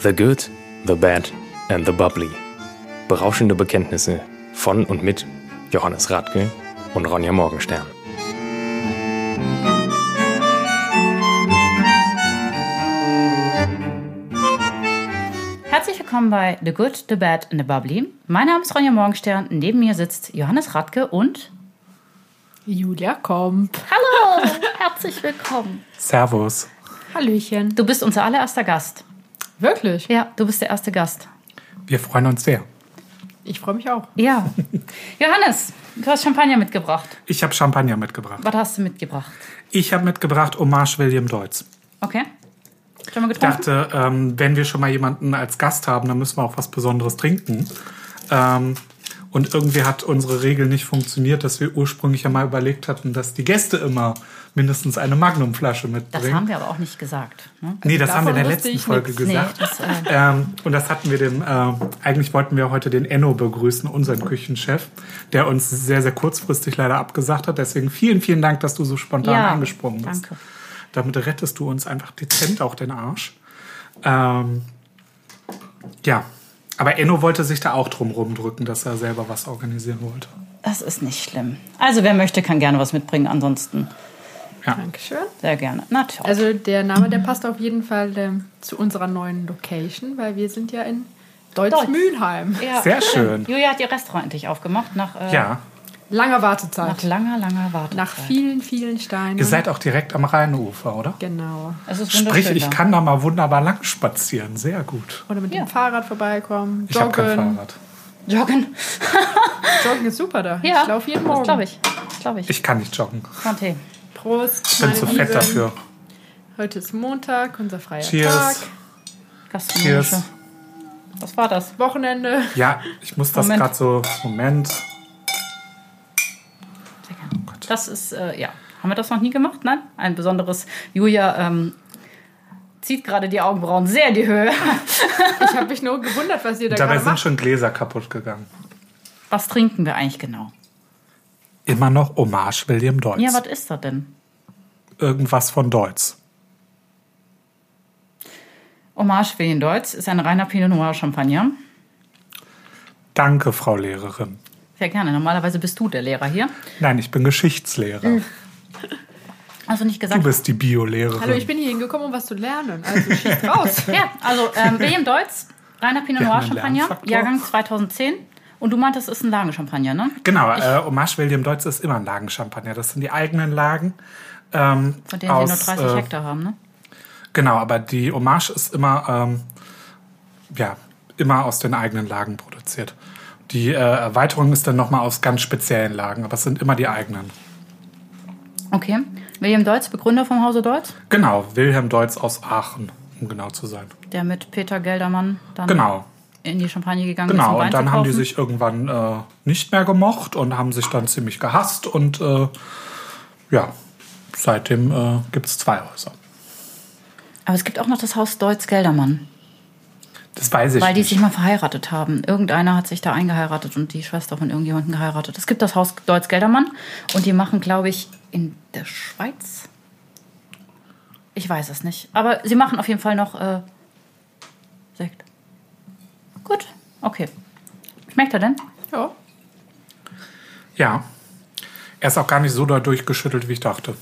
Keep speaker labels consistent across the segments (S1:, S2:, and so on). S1: The Good, The Bad and The Bubbly. Berauschende Bekenntnisse von und mit Johannes Radke und Ronja Morgenstern.
S2: Herzlich willkommen bei The Good, The Bad and The Bubbly. Mein Name ist Ronja Morgenstern. Neben mir sitzt Johannes Radke und
S3: Julia kommt.
S2: Hallo, herzlich willkommen.
S4: Servus.
S3: Hallöchen.
S2: Du bist unser allererster Gast.
S3: Wirklich?
S2: Ja, du bist der erste Gast.
S4: Wir freuen uns sehr.
S3: Ich freue mich auch.
S2: Ja. Johannes, du hast Champagner mitgebracht.
S4: Ich habe Champagner mitgebracht.
S2: Was hast du mitgebracht?
S4: Ich habe mitgebracht Hommage William Deutz.
S2: Okay. Schon mal
S4: Ich
S2: getrunken?
S4: dachte, ähm, wenn wir schon mal jemanden als Gast haben, dann müssen wir auch was Besonderes trinken. Ähm, und irgendwie hat unsere Regel nicht funktioniert, dass wir ursprünglich ja mal überlegt hatten, dass die Gäste immer mindestens eine Magnumflasche
S2: Das
S4: mitbringen.
S2: haben wir aber auch nicht gesagt. Ne?
S4: nee, das haben wir in der
S3: davon wusste
S4: letzten
S3: ich
S4: Folge
S2: Nee,
S4: gesagt.
S2: das, äh,
S4: Ähm, und das hatten wir dem, äh, eigentlich wollten wir heute den Enno begrüßen, unseren Küchenchef, der uns sehr, sehr kurzfristig leider abgesagt hat. Deswegen vielen, vielen Dank, dass du so spontan
S2: Ja,
S4: angesprungen bist.
S2: danke.
S4: Damit rettest du uns einfach dezent auch den Arsch. Ähm, ja, aber Enno wollte sich da auch drum rumdrücken, dass er selber was organisieren wollte.
S2: das ist nicht schlimm. Also wer möchte, kann gerne was mitbringen. Ansonsten
S3: Dankeschön.
S2: sehr gerne. Na toll.
S3: Also der Name, der passt auf jeden Fall ähm, zu unserer neuen Location, weil wir sind ja in Deutsch-Mühlheim.
S2: ja.
S4: Sehr schön.
S2: Julia hat ihr Restaurant endlich aufgemacht nach, äh,
S4: Ja,
S3: Lange
S2: nach
S3: Wartezeit.
S2: langer, langer Wartezeit.
S3: Nach vielen, vielen Steinen.
S4: ihr seid auch direkt am Rheinufer, oder?
S3: Genau.
S2: es ist
S4: Sprich,
S2: wunderschön
S4: ich
S2: da.
S4: kann da mal wunderbar lang spazieren. Sehr gut.
S3: Oder mit
S2: Ja.
S3: dem Fahrrad vorbeikommen.
S4: Ich habe kein
S3: Joggen.
S4: Fahrrad.
S2: joggen.
S3: Joggen ist super da.
S2: Ja,
S3: Ich laufe jeden
S2: das
S3: Morgen.
S2: glaube ich. Das glaube ich.
S4: Ich kann nicht joggen.
S2: Conte.
S3: Prost.
S4: Ich bin zu fett
S3: Lieben.
S4: dafür.
S3: Heute ist Montag, unser freier
S4: Cheers.
S3: Tag.
S2: Gastronomische.
S4: Cheers.
S2: Was war das?
S3: Wochenende.
S4: Ja, ich muss das
S2: Moment.
S4: gerade so. Moment.
S2: Sehr gerne.
S4: Oh
S2: Das ist, äh, ja, haben wir das noch nie gemacht? Nein? Ein besonderes. Julia ähm, zieht gerade die Augenbrauen sehr in die Höhe.
S3: Ich habe mich nur gewundert, was ihr da
S4: Dabei
S3: gerade
S4: sind
S3: macht.
S4: schon Gläser kaputt gegangen.
S2: Was trinken wir eigentlich genau?
S4: Immer noch Hommage William Deutz.
S2: Ja, was ist das denn?
S4: Irgendwas von Deutz.
S2: Hommage William Deutz ist ein reiner Pinot Noir Champagner.
S4: Danke, Frau Lehrerin.
S2: Sehr gerne. Normalerweise bist du der Lehrer hier.
S4: Nein, ich bin
S2: Mhm,
S4: Geschichtslehrer.
S2: Also nicht
S4: Du
S2: gesagt.
S4: bist die
S3: Hallo, ich
S4: Biolehrerin.
S3: bin hier hingekommen, um was zu lernen. Also schießt raus.
S2: Ja, also ähm, William Deutz, reiner Pinot
S4: Wir
S2: Noir
S4: haben einen
S2: Champagner,
S4: Lernfaktor.
S2: Jahrgang 2010. Und du meintest, es ist ein Lagenchampagner, ne?
S4: Genau, äh, Hommage William Deutz ist immer ein Lagenchampagner. Das sind die eigenen Lagen. Ähm,
S2: Von denen
S4: aus,
S2: sie nur 30
S4: äh,
S2: Hektar haben, ne?
S4: Genau, aber die Hommage ist immer, ähm, ja, immer aus den eigenen Lagen produziert. Die äh, Erweiterung ist dann nochmal aus ganz speziellen Lagen, aber es sind immer die eigenen.
S2: Okay. William Deutz, Begründer vom Hause Deutz,
S4: Genau, Wilhelm Deutz aus Aachen, um genau zu sein.
S2: der mit Peter Geldermann dann
S4: Genau,
S2: in die Champagne gegangen ist. um
S4: genau.
S2: Wein
S4: Und dann
S2: zu
S4: haben die
S2: kaufen.
S4: sich irgendwann äh, nicht mehr gemocht und haben sich dann ziemlich gehasst. Und äh, ja, seitdem äh, gibt es zwei Häuser.
S2: Aber es gibt auch noch das Haus Deutz Geldermann,
S4: Das weiß ich
S2: weil die
S4: nicht.
S2: sich mal verheiratet haben. Irgendeiner hat sich da eingeheiratet und die Schwester von irgendjemandem geheiratet. Es gibt das Haus Deutz Geldermann und die machen, glaube ich, in der Schweiz. Ich weiß es nicht. Aber sie machen auf jeden Fall noch äh, Sekt. Gut, okay. Schmeckt er denn?
S3: Ja.
S4: Ja. Er ist auch gar nicht so da durchgeschüttelt, wie ich dachte.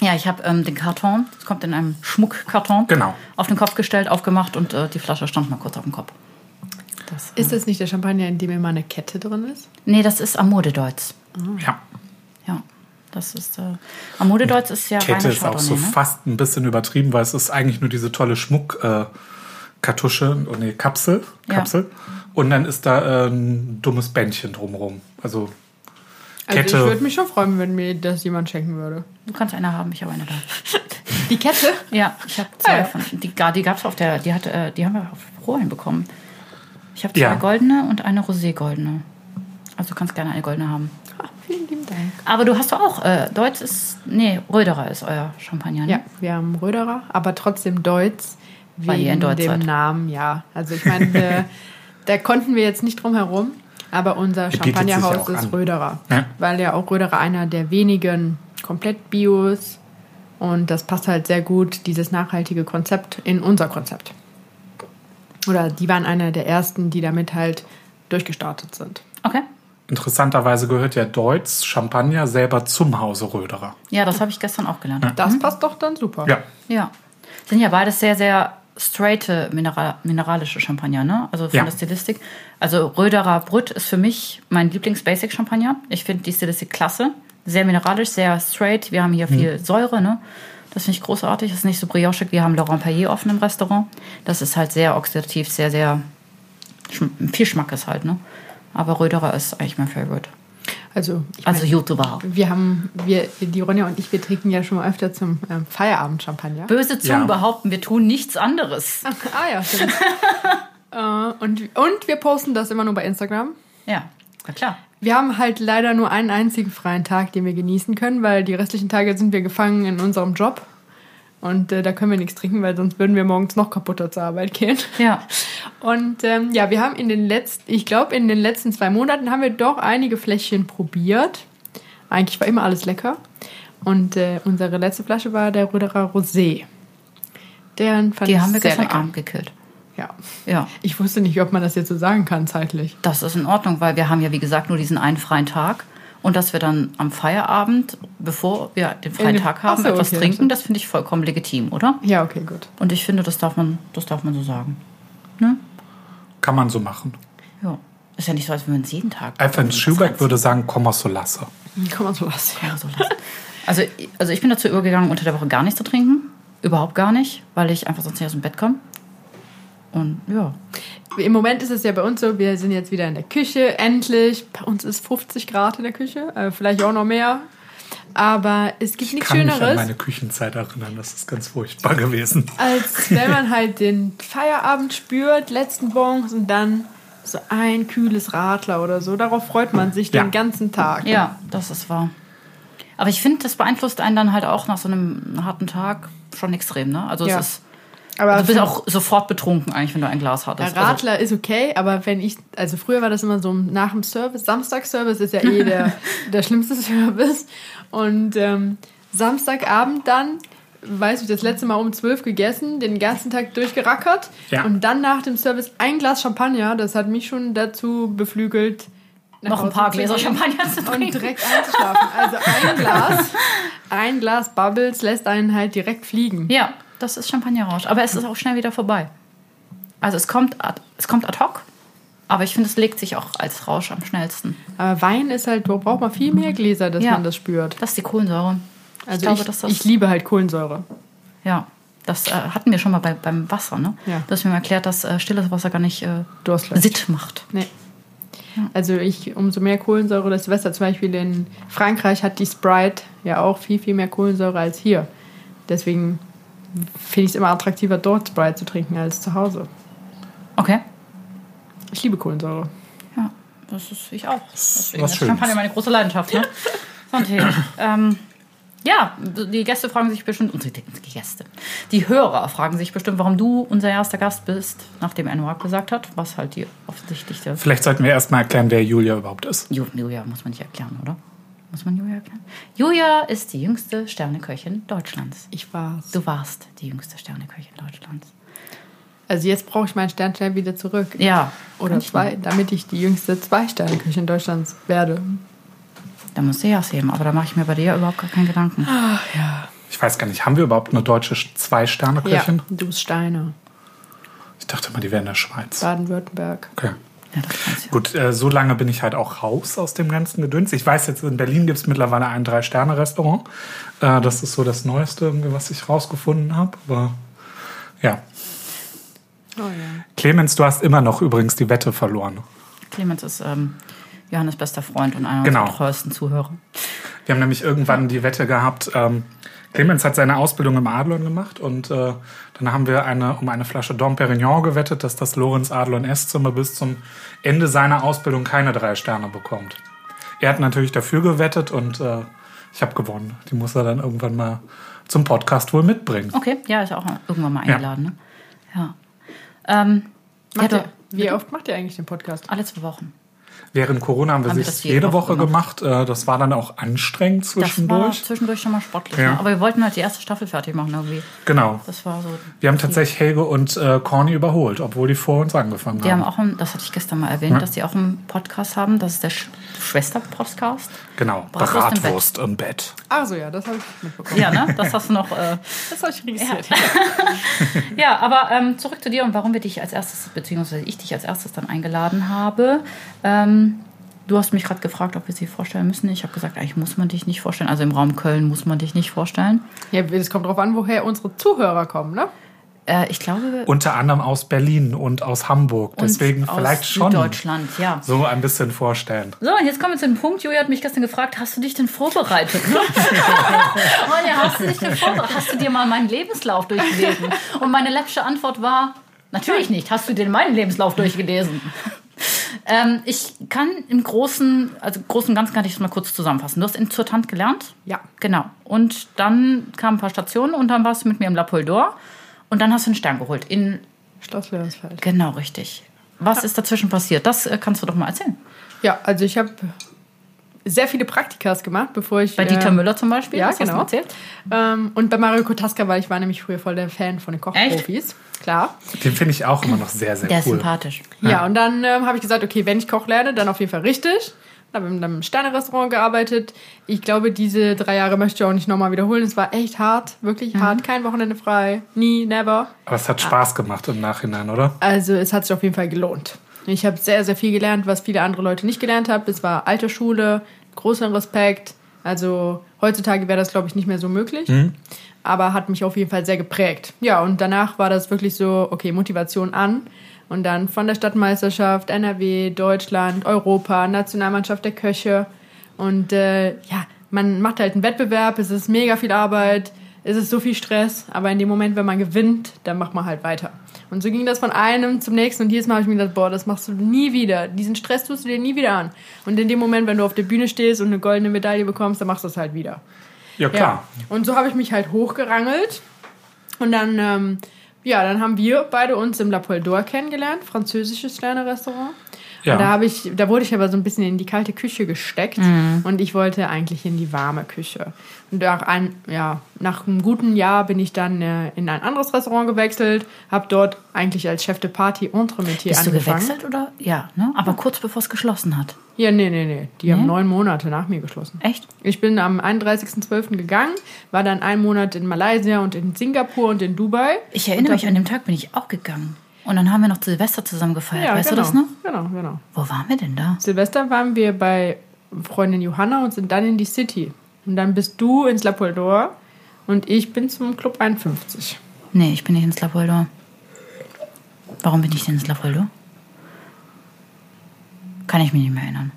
S2: Ja, ich habe ähm, den Karton, es kommt in einem Schmuckkarton,
S4: Genau.
S2: auf den Kopf gestellt, aufgemacht und äh, die Flasche stand mal kurz auf dem Kopf. Das,
S3: Ist das nicht der Champagner, in dem immer eine Kette drin ist?
S2: nee, das ist Amodedeutz.
S4: Ja.
S2: Ja, das ist. Äh, Amodedeutz ist ja
S4: Kette
S2: reine
S4: ist auch so
S2: Chardonnay, ne?
S4: fast ein bisschen übertrieben, weil es ist eigentlich nur diese tolle Schmuck äh, Kartusche, oh nee, Kapsel,
S2: Ja.
S4: Kapsel. Und dann ist da äh, ein dummes Bändchen drumrum. Also
S3: Also
S4: Kette.
S3: ich würde mich schon freuen, wenn mir das jemand schenken würde.
S2: Du kannst eine haben, ich habe eine da.
S3: Die Kette?
S2: Ja, ich habe zwei
S3: Ah, ja.
S2: von. Die, gar- die gab's auf der. Die, hat, äh, die haben wir auf Rohlen bekommen. Ich habe zwei
S4: Ja.
S2: goldene und eine roségoldene. Also du kannst gerne eine goldene haben.
S3: Ah, vielen lieben Dank.
S2: Aber du hast doch auch. Äh, Deutz ist. Nee, Röderer ist euer Champagner. Ne?
S3: Ja, wir haben Röderer, aber trotzdem Deutz.
S2: Weil ihr in Deutsch
S3: dem
S2: seid.
S3: Namen, ja. Also ich meine, wir- da konnten wir jetzt nicht drum herum, aber unser
S4: bietet sich ja
S3: Champagnerhaus
S4: auch
S3: ist
S4: an.
S3: Röderer.
S4: Ja.
S3: Weil ja auch Röderer einer der wenigen komplett Bios und das passt halt sehr gut, dieses nachhaltige Konzept, in unser Konzept. Oder die waren einer der ersten, die damit halt durchgestartet sind.
S2: Okay.
S4: Interessanterweise gehört ja Deutz Champagner selber zum Hause Röderer.
S2: Ja, das habe ich gestern auch gelernt.
S3: Das passt doch dann super.
S4: Mhm. Ja.
S2: Ja. Sind ja beides sehr, sehr straighte Minera mineralische Champagner, ne? Also von
S4: Ja.
S2: der Stilistik. Also Röderer Brüt ist für mich mein Lieblings-Basic-Champagner. Ich finde die Stilistik klasse. Sehr mineralisch, sehr straight. Wir haben hier viel Säure, ne? Das finde ich großartig. Das ist nicht so briochig. Wir haben Laurent Perrier offen im Restaurant. Das ist halt sehr oxidativ, sehr, sehr. Schm viel Schmack ist halt, ne? Aber Röderer ist eigentlich mein Favorite.
S3: Also, ich
S2: Also YouTuber.
S3: Wir haben, wir, die Ronja und ich, wir trinken ja schon mal öfter zum ähm, Feierabend Champagner.
S2: Böse Zungen
S4: Ja.
S2: behaupten, wir tun nichts anderes.
S3: ah ja, stimmt. äh, und, und wir posten das immer nur bei Instagram.
S2: Ja, na klar.
S3: Wir haben halt leider nur einen einzigen freien Tag, den wir genießen können, weil die restlichen Tage sind wir gefangen in unserem Job. Und äh, da können wir nichts trinken, weil sonst würden wir morgens noch kaputter zur Arbeit gehen.
S2: Ja.
S3: Und ähm, ja, wir haben in den letzten, ich glaube, in den letzten zwei Monaten haben wir doch einige Fläschchen probiert. Eigentlich war immer alles lecker. Und äh, unsere letzte Flasche war der Röderer Rosé. Deren fand
S2: Die
S3: ich
S2: haben wir
S3: sehr
S2: gestern
S3: lecker.
S2: Abend gekillt.
S3: Ja.
S2: Ja.
S3: Ich wusste nicht, ob man das jetzt so sagen kann zeitlich.
S2: Das ist in Ordnung, weil wir haben ja, wie gesagt, nur diesen einen freien Tag. Und dass wir dann am Feierabend, bevor wir den freien
S3: In-
S2: Tag haben,
S3: Äh, Ach so,
S2: etwas
S3: okay. also.
S2: trinken, das finde ich vollkommen legitim, oder?
S3: Ja, okay, gut.
S2: Und ich finde, das darf man, das darf man so sagen. Ne?
S4: Kann man so machen.
S2: Ja. Ist ja nicht so, als würden wir uns jeden Tag. also
S4: Alfred
S2: das
S4: Schubeck
S2: Ganze-
S4: würde sagen, komm aus so lasse.
S3: Kann man so was ja.
S2: so lassen. Also, ich- also ich bin dazu übergegangen, unter der Woche gar nicht zu trinken. Überhaupt gar nicht, weil ich einfach sonst nicht aus dem Bett komme. Und ja.
S3: Im Moment ist es ja bei uns so, wir sind jetzt wieder in der Küche, endlich. Bei uns ist 50 Grad in der Küche, äh, vielleicht auch noch mehr. Aber es gibt nichts
S4: Kann mich an
S3: Schöneres,
S4: meine Küchenzeit erinnern. Das ist ganz furchtbar gewesen.
S3: als wenn man halt den Feierabend spürt, letzten Bonbons und dann so ein kühles Radler oder so. Darauf freut man sich
S4: Ja.
S3: den ganzen Tag.
S2: Ja, das ist wahr. Aber ich finde, das beeinflusst einen dann halt auch nach so einem harten Tag schon extrem, ne? Also
S3: Ja.
S2: es ist, also
S3: Aber
S2: du bist auch also sofort betrunken eigentlich, wenn du ein Glas hattest.
S3: der Radler ist okay, aber wenn ich, also früher war das immer so nach dem Service, Samstagservice ist ja eh der, der schlimmste Service. Und ähm, Samstagabend dann, weiß ich, das letzte Mal um 12 gegessen, den ganzen Tag durchgerackert
S4: Ja.
S3: und dann nach dem Service ein Glas Champagner, das hat mich schon dazu beflügelt, nach
S2: noch ein
S3: Hause
S2: paar
S3: zu
S2: Gläser
S3: gehen
S2: Champagner zu
S3: und
S2: trinken.
S3: direkt einzuschlafen. Also ein Glas, ein Glas Bubbles lässt einen halt direkt fliegen.
S2: Ja, das ist Champagnerrausch. Aber es ist auch schnell wieder vorbei. Also es kommt ad, es kommt ad hoc, aber ich finde, es legt sich auch als Rausch am schnellsten.
S3: Aber Wein ist halt, da braucht man viel mehr Gläser, dass
S2: Ja.
S3: man das spürt.
S2: Das ist die Kohlensäure.
S3: Also ich,
S2: glaube, dass das-
S3: ich liebe halt Kohlensäure.
S2: Ja, das äh, hatten wir schon mal bei, beim Wasser, ne?
S3: Ja.
S2: Du hast mir mal erklärt, dass äh, stilles Wasser gar nicht äh,
S3: Durstlöscher.
S2: Sitt macht.
S3: Nee. Also ich, umso mehr Kohlensäure, desto besser. Zum Beispiel in Frankreich hat die Sprite ja auch viel, viel mehr Kohlensäure als hier. Deswegen finde ich es immer attraktiver, dort Sprite zu trinken als zu Hause.
S2: Okay.
S3: Ich liebe Kohlensäure.
S2: Ja, das ist ich auch. Deswegen
S4: was
S2: ist
S4: Schönes.
S2: Champagner meine große Leidenschaft, ne? Sonntag. ähm, ja, die Gäste fragen sich bestimmt, unsere die Gäste, die Hörer fragen sich bestimmt, warum du unser erster Gast bist, nachdem Anwar gesagt hat, was halt die offensichtlich der
S4: Vielleicht sollten wir erstmal erklären, wer Julia überhaupt ist.
S2: Ju- Julia muss man nicht erklären, oder? Muss man Julia erklären? Julia ist die jüngste Sterneköchin Deutschlands.
S3: Ich war's.
S2: Du warst die jüngste Sterneköchin Deutschlands.
S3: Also jetzt brauche ich meinen Sternstein wieder zurück.
S2: Ja.
S3: Oder
S2: kann ich
S3: zwei, damit ich die jüngste Zwei-Sterne-Küche in Deutschland werde.
S2: nicht. Da musst du ja sehen, aber da mache ich mir bei dir überhaupt gar keinen Gedanken.
S4: Ich weiß gar nicht, haben wir überhaupt eine deutsche Zwei-Sterne-Köchin?
S3: du bist Steiner,
S4: Ich dachte mal, die wäre in der Schweiz.
S3: Baden-Württemberg.
S4: Okay.
S2: Ja, das kannst du.
S4: Gut, äh, so lange bin ich halt auch raus aus dem ganzen Gedöns. Ich weiß jetzt, in Berlin gibt es mittlerweile ein Drei-Sterne-Restaurant. Äh, das ist so das Neueste, irgendwie, was ich rausgefunden habe. Aber ja.
S3: Oh ja.
S4: Clemens, du hast immer noch übrigens die Wette verloren.
S2: Clemens ist ähm, Johannes bester Freund und einer
S4: Genau.
S2: unserer treuesten Zuhörer.
S4: Wir haben nämlich irgendwann die Wette gehabt. Ähm, Clemens hat seine Ausbildung im Adlon gemacht und äh, dann haben wir eine, um eine Flasche Dom Perignon gewettet, dass das Lorenz Adlon Esszimmer bis zum Ende seiner Ausbildung keine drei Sterne bekommt. Er hat natürlich dafür gewettet und äh, ich habe gewonnen. Die muss er dann irgendwann mal zum Podcast wohl mitbringen.
S2: Okay, ja, ist auch irgendwann mal eingeladen. Ne? Ja. Ähm, ja,
S3: Macht
S2: du,
S3: ihr, wie oft macht ihr eigentlich den Podcast?
S2: alle zwei Wochen.
S4: Während Corona haben wir
S2: Haben wir
S4: es
S2: das jede
S4: jede
S2: Woche
S4: Woche gemacht. Äh, Das war dann auch anstrengend
S2: Das war
S4: zwischendurch.
S2: zwischendurch schon mal sportlich.
S4: Ja.
S2: Ne? Aber wir wollten halt die erste Staffel fertig machen irgendwie.
S4: Genau.
S2: Das war so.
S4: Wir haben tatsächlich Helge und äh, Corny überholt, obwohl die vor uns angefangen
S2: Die
S4: haben.
S2: haben auch, einen, das hatte ich gestern mal erwähnt, dass die auch einen Podcast haben. Das ist der Sch Schwester-Podcast.
S4: Genau.
S2: Bratwurst im
S4: Bratwurst im Bett.
S3: Also ja, das habe ich mitbekommen.
S2: Ja, ne? Das hast du noch. Äh,
S3: Das habe ich registriert.
S2: Ja, aber ähm, zurück zu dir und warum wir dich als erstes, beziehungsweise ich dich als erstes dann eingeladen habe. Ähm, du hast mich gerade gefragt, ob wir sie vorstellen müssen. Ich habe gesagt, eigentlich muss man dich nicht vorstellen. Also im Raum Köln muss man dich nicht vorstellen.
S3: Ja, es kommt drauf an, woher unsere Zuhörer kommen, ne?
S2: Äh, ich glaube,
S4: Unter anderem aus Berlin und aus Hamburg.
S2: und
S4: Deswegen
S2: aus
S4: vielleicht schon
S2: Deutschland, ja. So.
S4: so ein bisschen vorstellen.
S2: und jetzt kommen wir zu dem Punkt. Julia hat mich gestern gefragt, hast du dich denn vorbereitet? ne? Ronja, hast du dich denn vorbereitet? Hast du dir mal meinen Lebenslauf durchgelesen? Und meine läppische Antwort war, natürlich nicht. Hast du dir meinen Lebenslauf durchgelesen? Ähm, ich kann im Großen, also Großen und Ganzen kann ich das mal kurz zusammenfassen. Du hast in Zurtant gelernt?
S3: Ja.
S2: Genau. Und dann kamen ein paar Stationen und dann warst du mit mir im La Poldor. Und dann hast du einen Stern geholt. In,
S3: Schloss Leonsfeld.
S2: genau richtig. Was ist dazwischen passiert? Das äh, kannst du doch mal erzählen.
S3: Ja, also ich habe sehr viele Praktikas gemacht, bevor ich.
S2: Bei Dieter
S3: äh,
S2: Müller zum Beispiel?
S3: Ja,
S2: das
S3: genau.
S2: Hast du erzählt?
S3: Ähm, und bei Mario Kotaska, weil ich war nämlich früher voll der Fan von den Kochprofis. Klar.
S4: Den finde ich auch immer noch sehr, sehr
S2: Der ist
S4: cool.
S2: sympathisch.
S3: Ja, und dann ähm, habe ich gesagt, okay, wenn ich Koch lerne, dann auf jeden Fall richtig. Dann habe ich in einem Sternerestaurant gearbeitet. Ich glaube, diese drei Jahre möchte ich auch nicht nochmal wiederholen. Es war echt hart, wirklich hart. Kein Wochenende frei. Nie, never.
S4: Aber es hat Spaß gemacht im Nachhinein, oder?
S3: Also es hat sich auf jeden Fall gelohnt. Ich habe sehr, sehr viel gelernt, was viele andere Leute nicht gelernt haben. Es war alte Schule, großen Respekt. Also heutzutage wäre das, glaube ich, nicht mehr so möglich. Aber hat mich auf jeden Fall sehr geprägt. Ja, und danach war das wirklich so, okay, Motivation an. Und dann von der Stadtmeisterschaft, NRW, Deutschland, Europa, Nationalmannschaft der Köche. Und äh, ja, man macht halt einen Wettbewerb, es ist mega viel Arbeit, es ist so viel Stress, aber in dem Moment, wenn man gewinnt, dann macht man halt weiter. Und so ging das von einem zum nächsten und jedes Mal habe ich mir gedacht, boah, das machst du nie wieder, diesen Stress tust du dir nie wieder an. Und in dem Moment, wenn du auf der Bühne stehst und eine goldene Medaille bekommst, dann machst du es halt wieder. Ja.
S4: Ja, klar.
S3: Und so habe ich mich halt hochgerangelt. Und dann, ähm, ja, dann haben wir beide uns im La Poldor kennengelernt, französisches Sternerestaurant.
S4: Ja.
S3: Und da habe ich, da wurde ich aber so ein bisschen in die kalte Küche gesteckt
S2: Mhm.
S3: und ich wollte eigentlich in die warme Küche. Und nach, ein, ja, nach einem guten Jahr bin ich dann äh, in ein anderes Restaurant gewechselt, habe dort eigentlich als Chef de Party Entremetier
S2: Bist du
S3: angefangen.
S2: gewechselt oder? Ja, ne? aber
S3: Mhm.
S2: kurz bevor es geschlossen hat.
S3: Ja, nee, nee, nee. Die haben
S2: Nee?
S3: neun Monate nach mir geschlossen.
S2: Echt?
S3: Ich bin am 31.12. gegangen, war dann einen Monat in Malaysia und in Singapur und in Dubai.
S2: Ich erinnere mich, an dem Tag bin ich auch gegangen. Und dann haben wir noch Silvester zusammen gefeiert. weißt
S3: genau,
S2: du das noch?
S3: Genau, genau.
S2: Wo waren wir denn da?
S3: Silvester waren wir bei Freundin Johanna und sind dann in die City. Und dann bist du ins La Poldor und ich bin zum Club 51.
S2: Nee, ich bin nicht ins Lapoldor. Warum bin ich denn ins Lapoldor? Kann ich mich nicht mehr erinnern.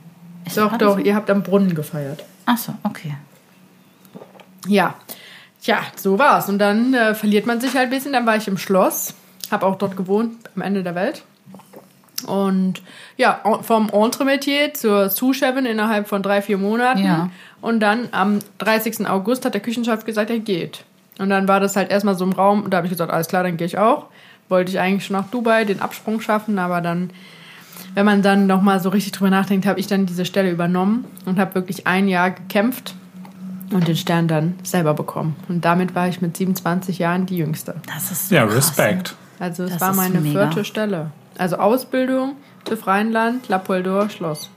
S2: Ist
S3: Doch,
S2: Ah, das
S3: doch,
S2: so?
S3: ihr habt am Brunnen gefeiert.
S2: Ach so, okay.
S3: Ja. Tja, so war's. Und dann äh, verliert man sich halt ein bisschen. Dann war ich im Schloss, habe auch dort gewohnt, am Ende der Welt. Und ja, en- vom Entremetier zur Sous-Chefin innerhalb von drei, vier Monaten.
S2: Ja.
S3: Und dann am 30. August hat der Küchenchef gesagt, er geht. Und dann war das halt erstmal so im Raum. Und da habe ich gesagt, alles klar, dann gehe ich auch. Wollte ich eigentlich schon nach Dubai den Absprung schaffen, aber dann wenn man dann nochmal so richtig drüber nachdenkt, habe ich dann diese Stelle übernommen und habe wirklich ein Jahr gekämpft und den Stern dann selber bekommen. Und damit war ich mit 27 Jahren die Jüngste.
S2: Das ist so
S4: Ja,
S2: krass,
S4: Respekt.
S3: Also es
S2: Das
S3: war
S2: ist
S3: meine
S2: mega.
S3: vierte Stelle. Also Ausbildung, TÜV Rheinland, La Poldor, Schloss.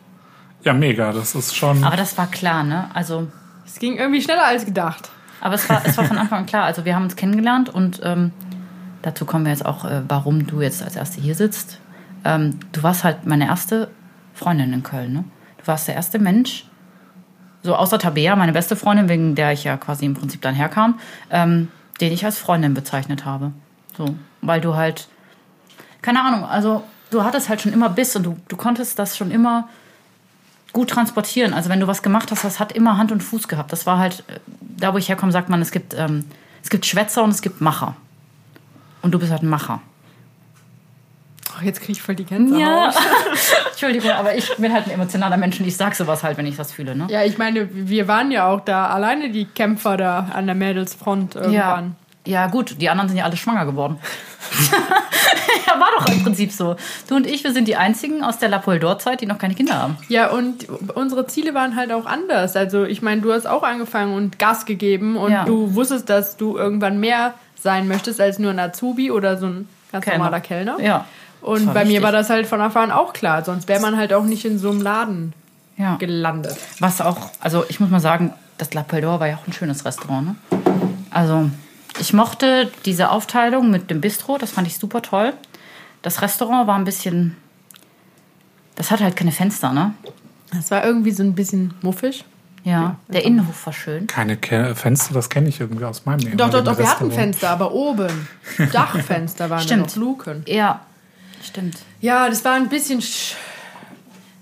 S4: Ja, mega. Das ist schon.
S2: Ne? Aber das war klar, ne? Also,
S3: Es ging irgendwie schneller als gedacht.
S2: aber es war, es war von Anfang an klar. Also, wir haben uns kennengelernt und ähm, dazu kommen wir jetzt auch, äh, warum du jetzt als Erste hier sitzt. Ähm, du warst halt meine erste Freundin in Köln, ne? Du warst der erste Mensch, so außer Tabea, meine beste Freundin, wegen der ich ja quasi im Prinzip dann herkam, ähm, den ich als Freundin bezeichnet habe. So, weil du halt, keine Ahnung, also du hattest halt schon immer Biss und du, du konntest das schon immer gut transportieren. Also wenn du was gemacht hast, das hat immer Hand und Fuß gehabt. Das war halt, äh, da wo ich herkomme, sagt man, es gibt, ähm, es gibt Schwätzer und es gibt Macher. Und du bist halt ein Macher.
S3: Ach, Oh, jetzt kriege ich voll die Gänsehaut. Ja,
S2: Entschuldigung, aber ich bin halt ein emotionaler Mensch und ich sag sowas halt, wenn ich das fühle, ne?
S3: ja ich meine, wir waren ja auch da alleine die Kämpfer da an der Mädelsfront irgendwann.
S2: Ja, gut, die anderen sind ja alle schwanger geworden. ja, war doch im Prinzip so. Du und ich, wir sind die einzigen aus der La Poldor-Zeit, die noch keine Kinder haben.
S3: Ja, und unsere Ziele waren halt auch anders. Also ich meine, du hast auch angefangen und Gas gegeben und
S2: Ja.
S3: du wusstest, dass du irgendwann mehr sein möchtest als nur ein Azubi oder so ein ganz
S2: Kellner.
S3: normaler Kellner.
S2: Ja. Das
S3: Und
S2: war
S3: bei mir
S2: wichtig.
S3: war das halt von Anfang an auch klar. Sonst wäre man halt auch nicht in so einem Laden
S2: Ja.
S3: gelandet.
S2: Was auch, also ich muss mal sagen, das La Paldor war ja auch ein schönes Restaurant. Ne? Also ich mochte diese Aufteilung mit dem Bistro, das fand ich super toll. Das Restaurant war ein bisschen, das hatte halt keine Fenster, ne?
S3: Das war irgendwie so ein bisschen muffig.
S2: Ja, der Innenhof war schön.
S4: Keine Ke Fenster, das kenne ich irgendwie aus meinem
S3: Doch, doch,
S4: ehemaligen
S3: doch, wir hatten
S4: Restaurant.
S3: Fenster, aber oben. Dachfenster waren da
S2: Stimmt.
S3: noch Luken.
S2: Ja, stimmt.
S3: Ja, das war ein bisschen. sch-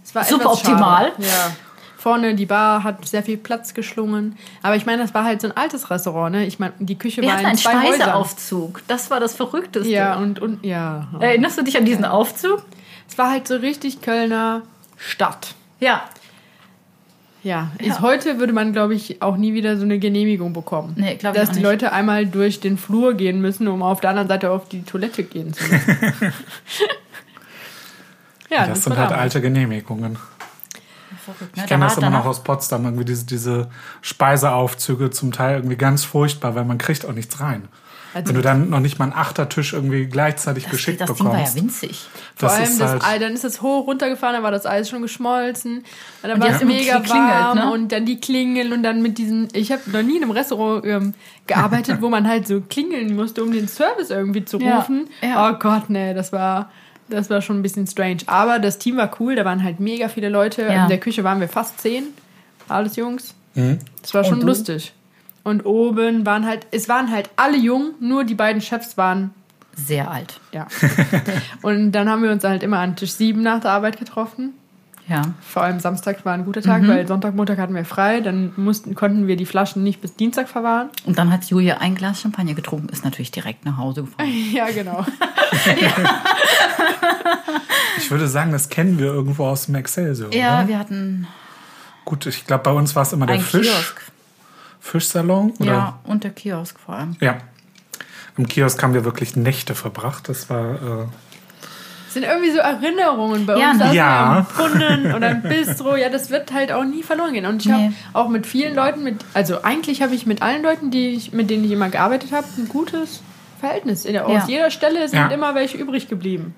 S3: Es war etwas
S2: Suboptimal.
S3: schade. Ja. Vorne die Bar hat sehr viel Platz geschlungen. Aber ich meine, das war halt so ein altes Restaurant, ne? Ich meine, die Küche
S2: Wir
S3: war
S2: hatten
S3: in
S2: einen
S3: zwei Häusern.
S2: Speiseaufzug. Das war das Verrückteste.
S3: Ja, und, und ja.
S2: Erinnerst du dich an diesen Aufzug?
S3: Es war halt so richtig Kölner Stadt.
S2: Ja.
S3: Ja, Ist, heute würde man, glaube ich, auch nie wieder so eine Genehmigung bekommen.
S2: Nee, glaub ich
S3: Dass
S2: auch
S3: die
S2: nicht.
S3: Leute einmal durch den Flur gehen müssen, um auf der anderen Seite auf die Toilette gehen zu müssen. ja,
S4: Das
S3: war
S4: sind halt
S3: damals.
S4: alte Genehmigungen.
S2: Verrückt,
S4: Ich kenne das immer noch aus Potsdam, irgendwie diese, diese Speiseaufzüge zum Teil irgendwie ganz furchtbar, weil man kriegt auch nichts rein.
S3: Also-
S4: Wenn du dann noch nicht mal einen Achtertisch irgendwie gleichzeitig
S2: das,
S4: geschickt
S2: das Ding war ja
S4: bekommst.
S2: winzig.
S3: Vor
S4: das
S3: allem
S4: ist
S3: das
S4: halt,
S3: Ei, dann ist das hoch runtergefahren, dann war das Eis schon geschmolzen. Und dann
S2: Und
S3: war
S2: die
S3: es
S2: hat immer
S3: mega
S2: geklingelt,
S3: warm
S2: ne?
S3: und dann die Klingel und dann mit diesen. Ich habe noch nie in einem Restaurant ähm, gearbeitet, wo man halt so klingeln musste, um den Service irgendwie zu
S2: Ja,
S3: rufen.
S2: ja.
S3: Oh Gott, nee, das war. Das war schon ein bisschen strange. Aber das Team war cool, da waren halt mega viele Leute.
S2: Ja. Mhm.
S3: In der Küche waren wir fast zehn. Alles Jungs. Das war schon
S2: du?
S3: lustig. Und oben waren halt, es waren halt alle jung, nur die beiden Chefs waren
S2: Sehr alt.
S3: ja. Und dann haben wir uns halt immer an Tisch 7 nach der Arbeit getroffen.
S2: Ja.
S3: Vor allem Samstag war ein guter Tag, weil Sonntag, Montag hatten wir frei. Dann mussten, konnten wir die Flaschen nicht bis Dienstag verwahren.
S2: Und dann hat Julia ein Glas Champagner getrunken, ist natürlich direkt nach Hause gefahren.
S3: Ja, genau.
S4: ich würde sagen, das kennen wir irgendwo aus dem Excelsior.
S2: Ja,
S4: oder?
S2: wir hatten
S4: Gut, ich glaube, bei uns war es immer der
S2: einen
S4: Fisch,
S2: Kiosk.
S4: Fischsalon. Oder?
S2: Ja, und der Kiosk vor allem.
S4: ja. Im Kiosk haben wir wirklich Nächte verbracht. Das war. Äh,
S3: Das sind irgendwie so Erinnerungen bei
S2: Ja,
S3: uns.
S2: ne?
S3: saßen
S4: Ja.
S3: wir am Brunnen oder im Bistro. Ja, das wird halt auch nie verloren gehen. Und ich habe
S2: Nee.
S3: auch mit vielen Leuten, mit, also eigentlich habe ich mit allen Leuten, die ich, mit denen ich immer gearbeitet habe, ein gutes Verhältnis. In der,
S2: Ja.
S3: Aus jeder Stelle sind
S4: Ja.
S3: immer welche übrig geblieben.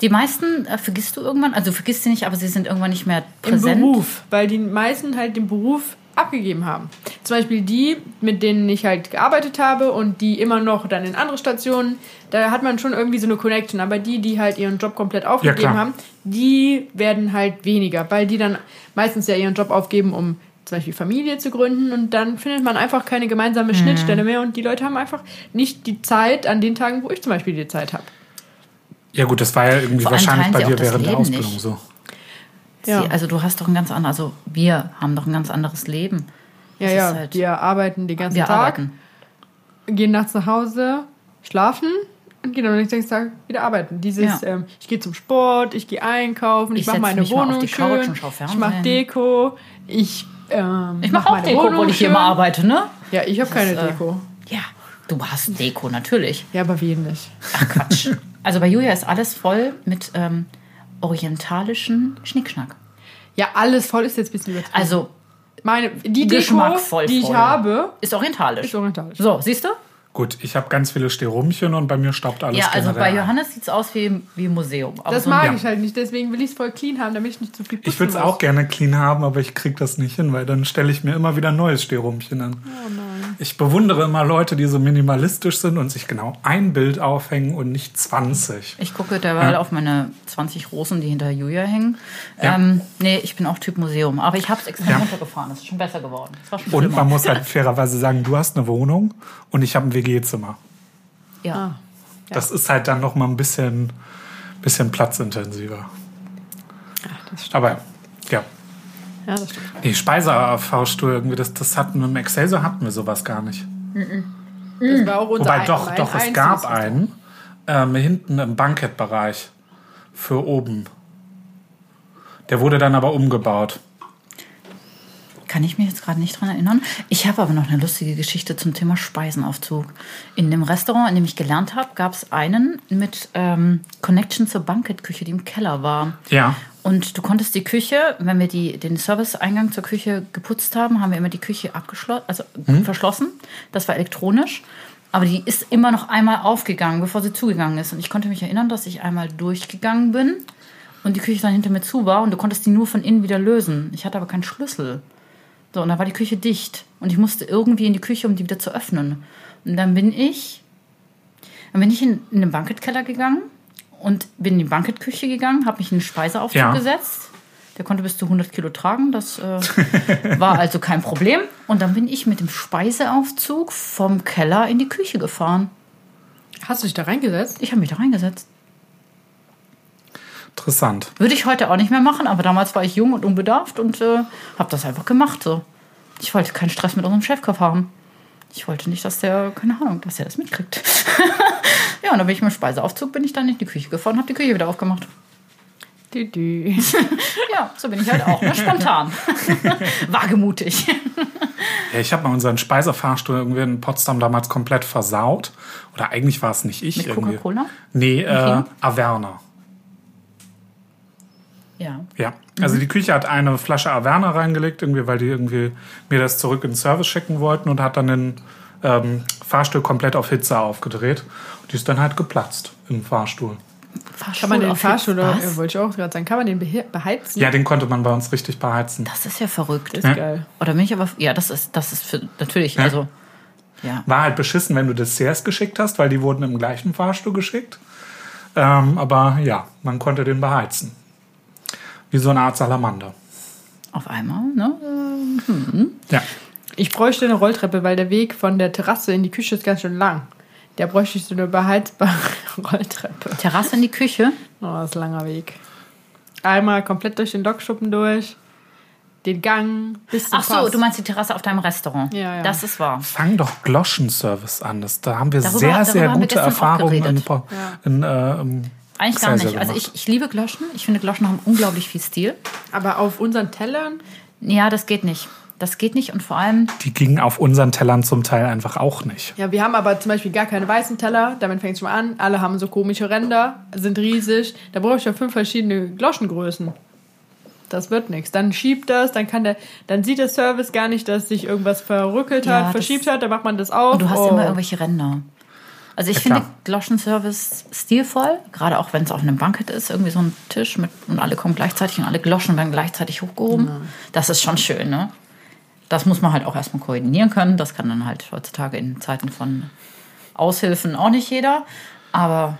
S2: Die meisten äh, vergisst du irgendwann, also vergisst sie nicht, aber sie sind irgendwann nicht mehr präsent.
S3: Im Beruf, weil die meisten halt den Beruf abgegeben haben. Zum Beispiel die, mit denen ich halt gearbeitet habe und die immer noch dann in andere Stationen, da hat man schon irgendwie so eine Connection. Aber die, die halt ihren Job komplett aufgegeben
S4: klar.
S3: haben, die werden halt weniger, weil die dann meistens ja ihren Job aufgeben, um zum Beispiel Familie zu gründen und dann findet man einfach keine
S2: Mhm.
S3: gemeinsame Schnittstelle mehr und die Leute haben einfach nicht die Zeit an den Tagen, wo ich zum Beispiel die Zeit habe.
S4: ja, gut, das war ja irgendwie
S2: Vor allem
S4: wahrscheinlich
S2: teilen
S4: bei
S2: sie auch
S4: dir
S2: das
S4: während der
S2: Leben
S4: Ausbildung
S2: nicht.
S4: so.
S2: Sie,
S3: Ja.
S2: Also du hast doch ein ganz anderes, also wir haben doch ein ganz anderes Leben.
S3: Ja,
S2: Das
S3: ja,
S2: ist halt-
S3: wir arbeiten den ganzen
S2: wir
S3: Tag.
S2: arbeiten.
S3: gehen nachts nach Hause, schlafen und gehen am nächsten Tag wieder arbeiten. Dieses,
S2: Ja.
S3: ähm, ich gehe zum Sport, ich gehe einkaufen, ich,
S2: Ich
S3: mache
S2: setz
S3: meine
S2: mich mal auf
S3: Wohnung
S2: die
S3: schön,
S2: Couch und schau
S3: ich mache
S2: Fernsehen.
S3: Deko, ich ähm,
S2: Ich mache auch
S3: meine
S2: Deko, obwohl ich hier
S3: schön.
S2: immer arbeite, ne?
S3: Ja, ich habe keine
S2: ist, äh,
S3: Deko.
S2: Ja, du hast Deko, natürlich.
S3: Ja, aber wir nicht.
S2: Ach Quatsch. also bei Julia ist alles voll mit ähm, orientalischen Schnickschnack.
S3: Ja, alles voll ist jetzt ein bisschen übertrieben.
S2: Also
S3: Meine, die Deko,
S2: geschmackvoll
S3: die ich
S2: voll.
S3: habe,
S2: ist orientalisch.
S3: ist orientalisch.
S2: So, siehst du?
S4: Gut, ich habe ganz viele Sterumchen und bei mir staubt alles
S2: Ja, also
S4: generell
S2: bei
S4: ein.
S2: Johannes sieht es aus wie, wie ein Museum. Aber
S3: Das
S2: so
S3: mag
S4: Ja.
S3: ich halt nicht, deswegen will ich es voll clean haben, damit ich nicht zu viel putzen
S4: Ich würde es
S3: muss.
S4: auch gerne clean haben, aber ich kriege das nicht hin, weil dann stelle ich mir immer wieder ein neues Stehrumchen an. Ich bewundere immer Leute, die so minimalistisch sind und sich genau ein Bild aufhängen und nicht 20.
S2: Ich gucke derweil
S4: Ja.
S2: auf meine 20 Rosen, die hinter Julia hängen.
S4: Ja.
S2: Ähm, nee, ich bin auch Typ Museum. Aber ich habe es extrem
S4: Ja.
S2: runtergefahren. Es ist schon besser geworden. Es war schon
S4: Und
S2: schlimmer.
S4: man muss halt fairerweise sagen, du hast eine Wohnung und ich habe ein WG-Zimmer.
S2: Ja.
S3: Ah.
S4: Das ist halt dann noch mal ein bisschen, bisschen platzintensiver. Aber ja,
S3: Ja, das stimmt.
S4: nee, Speiserfahrstuhl irgendwie, das, das hatten wir im Excelsior hatten wir sowas gar nicht.
S3: Das war auch unser
S4: Wobei
S3: ein-
S4: doch,
S3: mein
S4: doch, es
S3: einziges
S4: gab
S3: Restaurant.
S4: einen ähm, hinten im Bankettbereich für oben. Der wurde dann aber umgebaut.
S2: Kann ich mich jetzt gerade nicht dran erinnern. Ich habe aber noch eine lustige Geschichte zum Thema Speisenaufzug. In dem Restaurant, in dem ich gelernt habe, gab es einen mit ähm, Connection zur Bankettküche, die im Keller war.
S4: Ja.
S2: Und du konntest die Küche, wenn wir die, den Serviceeingang zur Küche geputzt haben, haben wir immer die Küche abgeschlossen, also verschlossen. Das war elektronisch. Aber die ist immer noch einmal aufgegangen, bevor sie zugegangen ist. Und ich konnte mich erinnern, dass ich einmal durchgegangen bin und die Küche dann hinter mir zu war und du konntest die nur von innen wieder lösen. Ich hatte aber keinen Schlüssel. So, und dann war die Küche dicht. Und ich musste irgendwie in die Küche, um die wieder zu öffnen. Und dann bin ich, dann bin ich in, in den Bankettkeller gegangen und bin in die Bankettküche gegangen, habe mich in den Speiseaufzug
S4: Ja.
S2: gesetzt. Der konnte bis zu 100 Kilo tragen, das äh, war also kein Problem. Und dann bin ich mit dem Speiseaufzug vom Keller in die Küche gefahren.
S3: Hast du dich da reingesetzt?
S2: Ich habe mich da reingesetzt.
S4: Interessant.
S2: Würde ich heute auch nicht mehr machen, aber damals war ich jung und unbedarft und äh, habe das einfach gemacht. So. Ich wollte keinen Stress mit unserem Chefkopf haben. Ich wollte nicht, dass der, keine Ahnung, dass er das mitkriegt. ja, und dann bin ich mit dem Speiseaufzug, bin ich dann in die Küche gefahren, habe die Küche wieder aufgemacht.
S3: Dü-dü.
S2: Ja, so bin ich halt auch, ne? spontan. Wagemutig.
S4: Ja, ich habe mal unseren Speisefahrstuhl irgendwie in Potsdam damals komplett versaut. Oder eigentlich war es nicht ich.
S2: Mit
S4: irgendwie.
S2: Coca-Cola?
S4: Nee, äh,
S2: Kino?
S4: Averna.
S2: Ja.
S4: Ja,
S3: Mhm.
S4: also die Küche hat eine Flasche Averna reingelegt, irgendwie, weil die irgendwie mir das zurück in den Service schicken wollten und hat dann den ähm, Fahrstuhl komplett auf Hitze aufgedreht. Und die ist dann halt geplatzt im Fahrstuhl.
S2: Fahrstuhl
S3: Kann man den
S2: auf-
S3: Fahrstuhl, oder,
S2: Was?
S3: ja, wollte ich auch gerade sagen, kann man den behe- beheizen?
S4: Ja, den konnte man bei uns richtig beheizen.
S2: Das ist ja verrückt.
S3: Ist geil.
S2: Oder bin ich aber. Ja, das ist, das ist für, natürlich,
S4: Ja.
S2: also. Ja.
S4: War halt beschissen, wenn du Desserts geschickt hast, weil die wurden im gleichen Fahrstuhl geschickt. Ähm, aber ja, man konnte den beheizen. Wie so eine Art Salamander.
S2: Auf einmal, ne?
S4: Ja.
S3: Ich bräuchte eine Rolltreppe, weil der Weg von der Terrasse in die Küche ist ganz schön lang. Da bräuchte ich so eine beheizbare Rolltreppe.
S2: äh, Terrasse in die Küche.
S3: Oh, das ist ein langer Weg. Einmal komplett durch den Dockschuppen durch, den Gang bis zum
S2: Ach so,
S3: Pass.
S2: du meinst die Terrasse auf deinem Restaurant.
S3: Ja, ja.
S2: Das ist wahr.
S4: Fang doch Gloschenservice an. Das, da haben wir
S2: Darüber-
S4: sehr, sehr
S2: darüber haben wir
S4: gute
S2: gestern auch
S4: Erfahrungen in,
S2: geredet.
S4: Po- in, äh, im
S2: Eigentlich gar
S4: Sehr,
S2: nicht.
S4: sehr
S2: Also
S4: gemacht.
S2: ich, ich liebe Gloschen. Ich finde, Gloschen haben unglaublich viel Stil.
S3: Aber auf unseren Tellern?
S2: Ja, das geht nicht. Das geht nicht und vor allem,
S4: Die gingen auf unseren Tellern zum Teil einfach auch nicht.
S3: Ja, wir haben aber zum Beispiel gar keine weißen Teller. Damit fängt es schon mal an. Alle haben so komische Ränder, sind riesig. Da brauche ich ja fünf verschiedene Gloschengrößen. Das wird nichts. Dann schiebt das, dann kann der, dann sieht der Service gar nicht, dass sich irgendwas verrückelt
S2: Ja,
S3: hat,
S2: das-
S3: verschiebt hat. Dann macht man das auf.
S2: du hast
S3: Oh.
S2: immer irgendwelche Ränder. Also ich
S4: Ja,
S2: finde
S4: klar.
S2: Gloschenservice stilvoll, gerade auch wenn es auf einem Bankett ist, irgendwie so ein Tisch mit und alle kommen gleichzeitig und alle Gloschen werden gleichzeitig hochgehoben. Das ist schon schön, ne? Das muss man halt auch erstmal koordinieren können. Das kann dann halt heutzutage in Zeiten von Aushilfen auch nicht jeder. Aber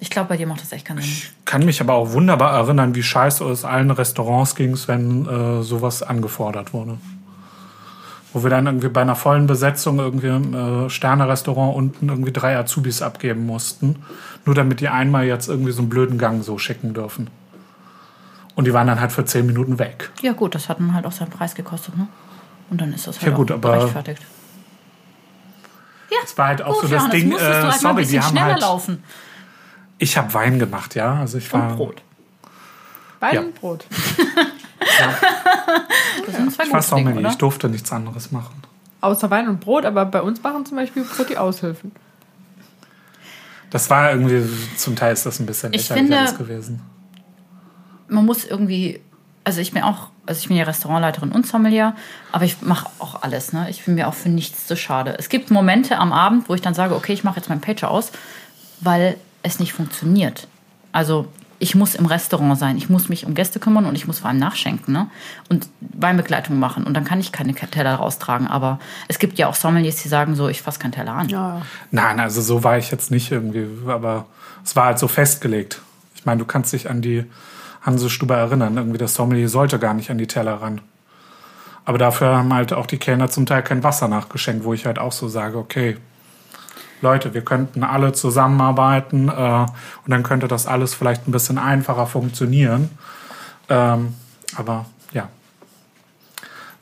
S2: ich glaube, bei dir macht das echt keinen Sinn.
S4: Kann mich aber auch wunderbar erinnern, wie scheiße es allen Restaurants ging, wenn äh, sowas angefordert wurde. Wo wir dann irgendwie bei einer vollen Besetzung irgendwie im äh, Sterne-Restaurant unten irgendwie drei Azubis abgeben mussten. Nur damit die einmal jetzt irgendwie so einen blöden Gang so schicken dürfen. Und die waren dann halt für zehn Minuten weg.
S2: Ja, gut, das hat dann halt auch seinen Preis gekostet, ne? Und dann ist das halt
S4: Ja, gut,
S2: auch
S4: aber-
S2: gerechtfertigt. Ja,
S4: Das war halt auch
S2: gut,
S4: so das
S2: Johannes,
S4: Ding,
S2: musstest du
S4: äh,
S2: halt mal ein
S4: sorry, die
S2: bisschen
S4: haben
S2: schneller
S4: halt.
S2: laufen.
S4: Ich habe Wein gemacht, ja. Also ich
S2: Und
S4: war.
S2: Brot.
S3: Beiden
S4: Ja.
S3: Brot.
S2: Das sind zwei
S4: Ich
S2: gute
S4: weiß auch
S2: Dinge,
S4: nicht,
S2: oder?
S4: ich durfte nichts anderes machen.
S3: Außer Wein und Brot, aber bei uns machen zum Beispiel Brot die Aushilfen.
S4: Das war irgendwie, zum Teil ist das ein bisschen
S2: Ich
S4: lächerlich
S2: finde-
S4: alles gewesen.
S2: Man muss irgendwie, also ich bin auch, also ich bin ja Restaurantleiterin und Sommelier, aber ich mache auch alles, ne? Ich bin mir auch für nichts zu schade. Es gibt Momente am Abend, wo ich dann sage, okay, ich mache jetzt meinen Pager aus, weil es nicht funktioniert. Also ich muss im Restaurant sein, ich muss mich um Gäste kümmern und ich muss vor allem nachschenken ne? und Weinbegleitung machen. Und dann kann ich keine Teller raustragen. Aber es gibt ja auch Sommeliers, die sagen so, ich fasse keinen Teller an.
S3: Ja.
S4: Nein, also so war ich jetzt nicht irgendwie, aber es war halt so festgelegt. Ich meine, du kannst dich an die Hansestube erinnern. Irgendwie das Sommelier sollte gar nicht an die Teller ran. Aber dafür haben halt auch die Kellner zum Teil kein Wasser nachgeschenkt, wo ich halt auch so sage, okay, Leute, wir könnten alle zusammenarbeiten äh, und dann könnte das alles vielleicht ein bisschen einfacher funktionieren. Ähm, aber ja,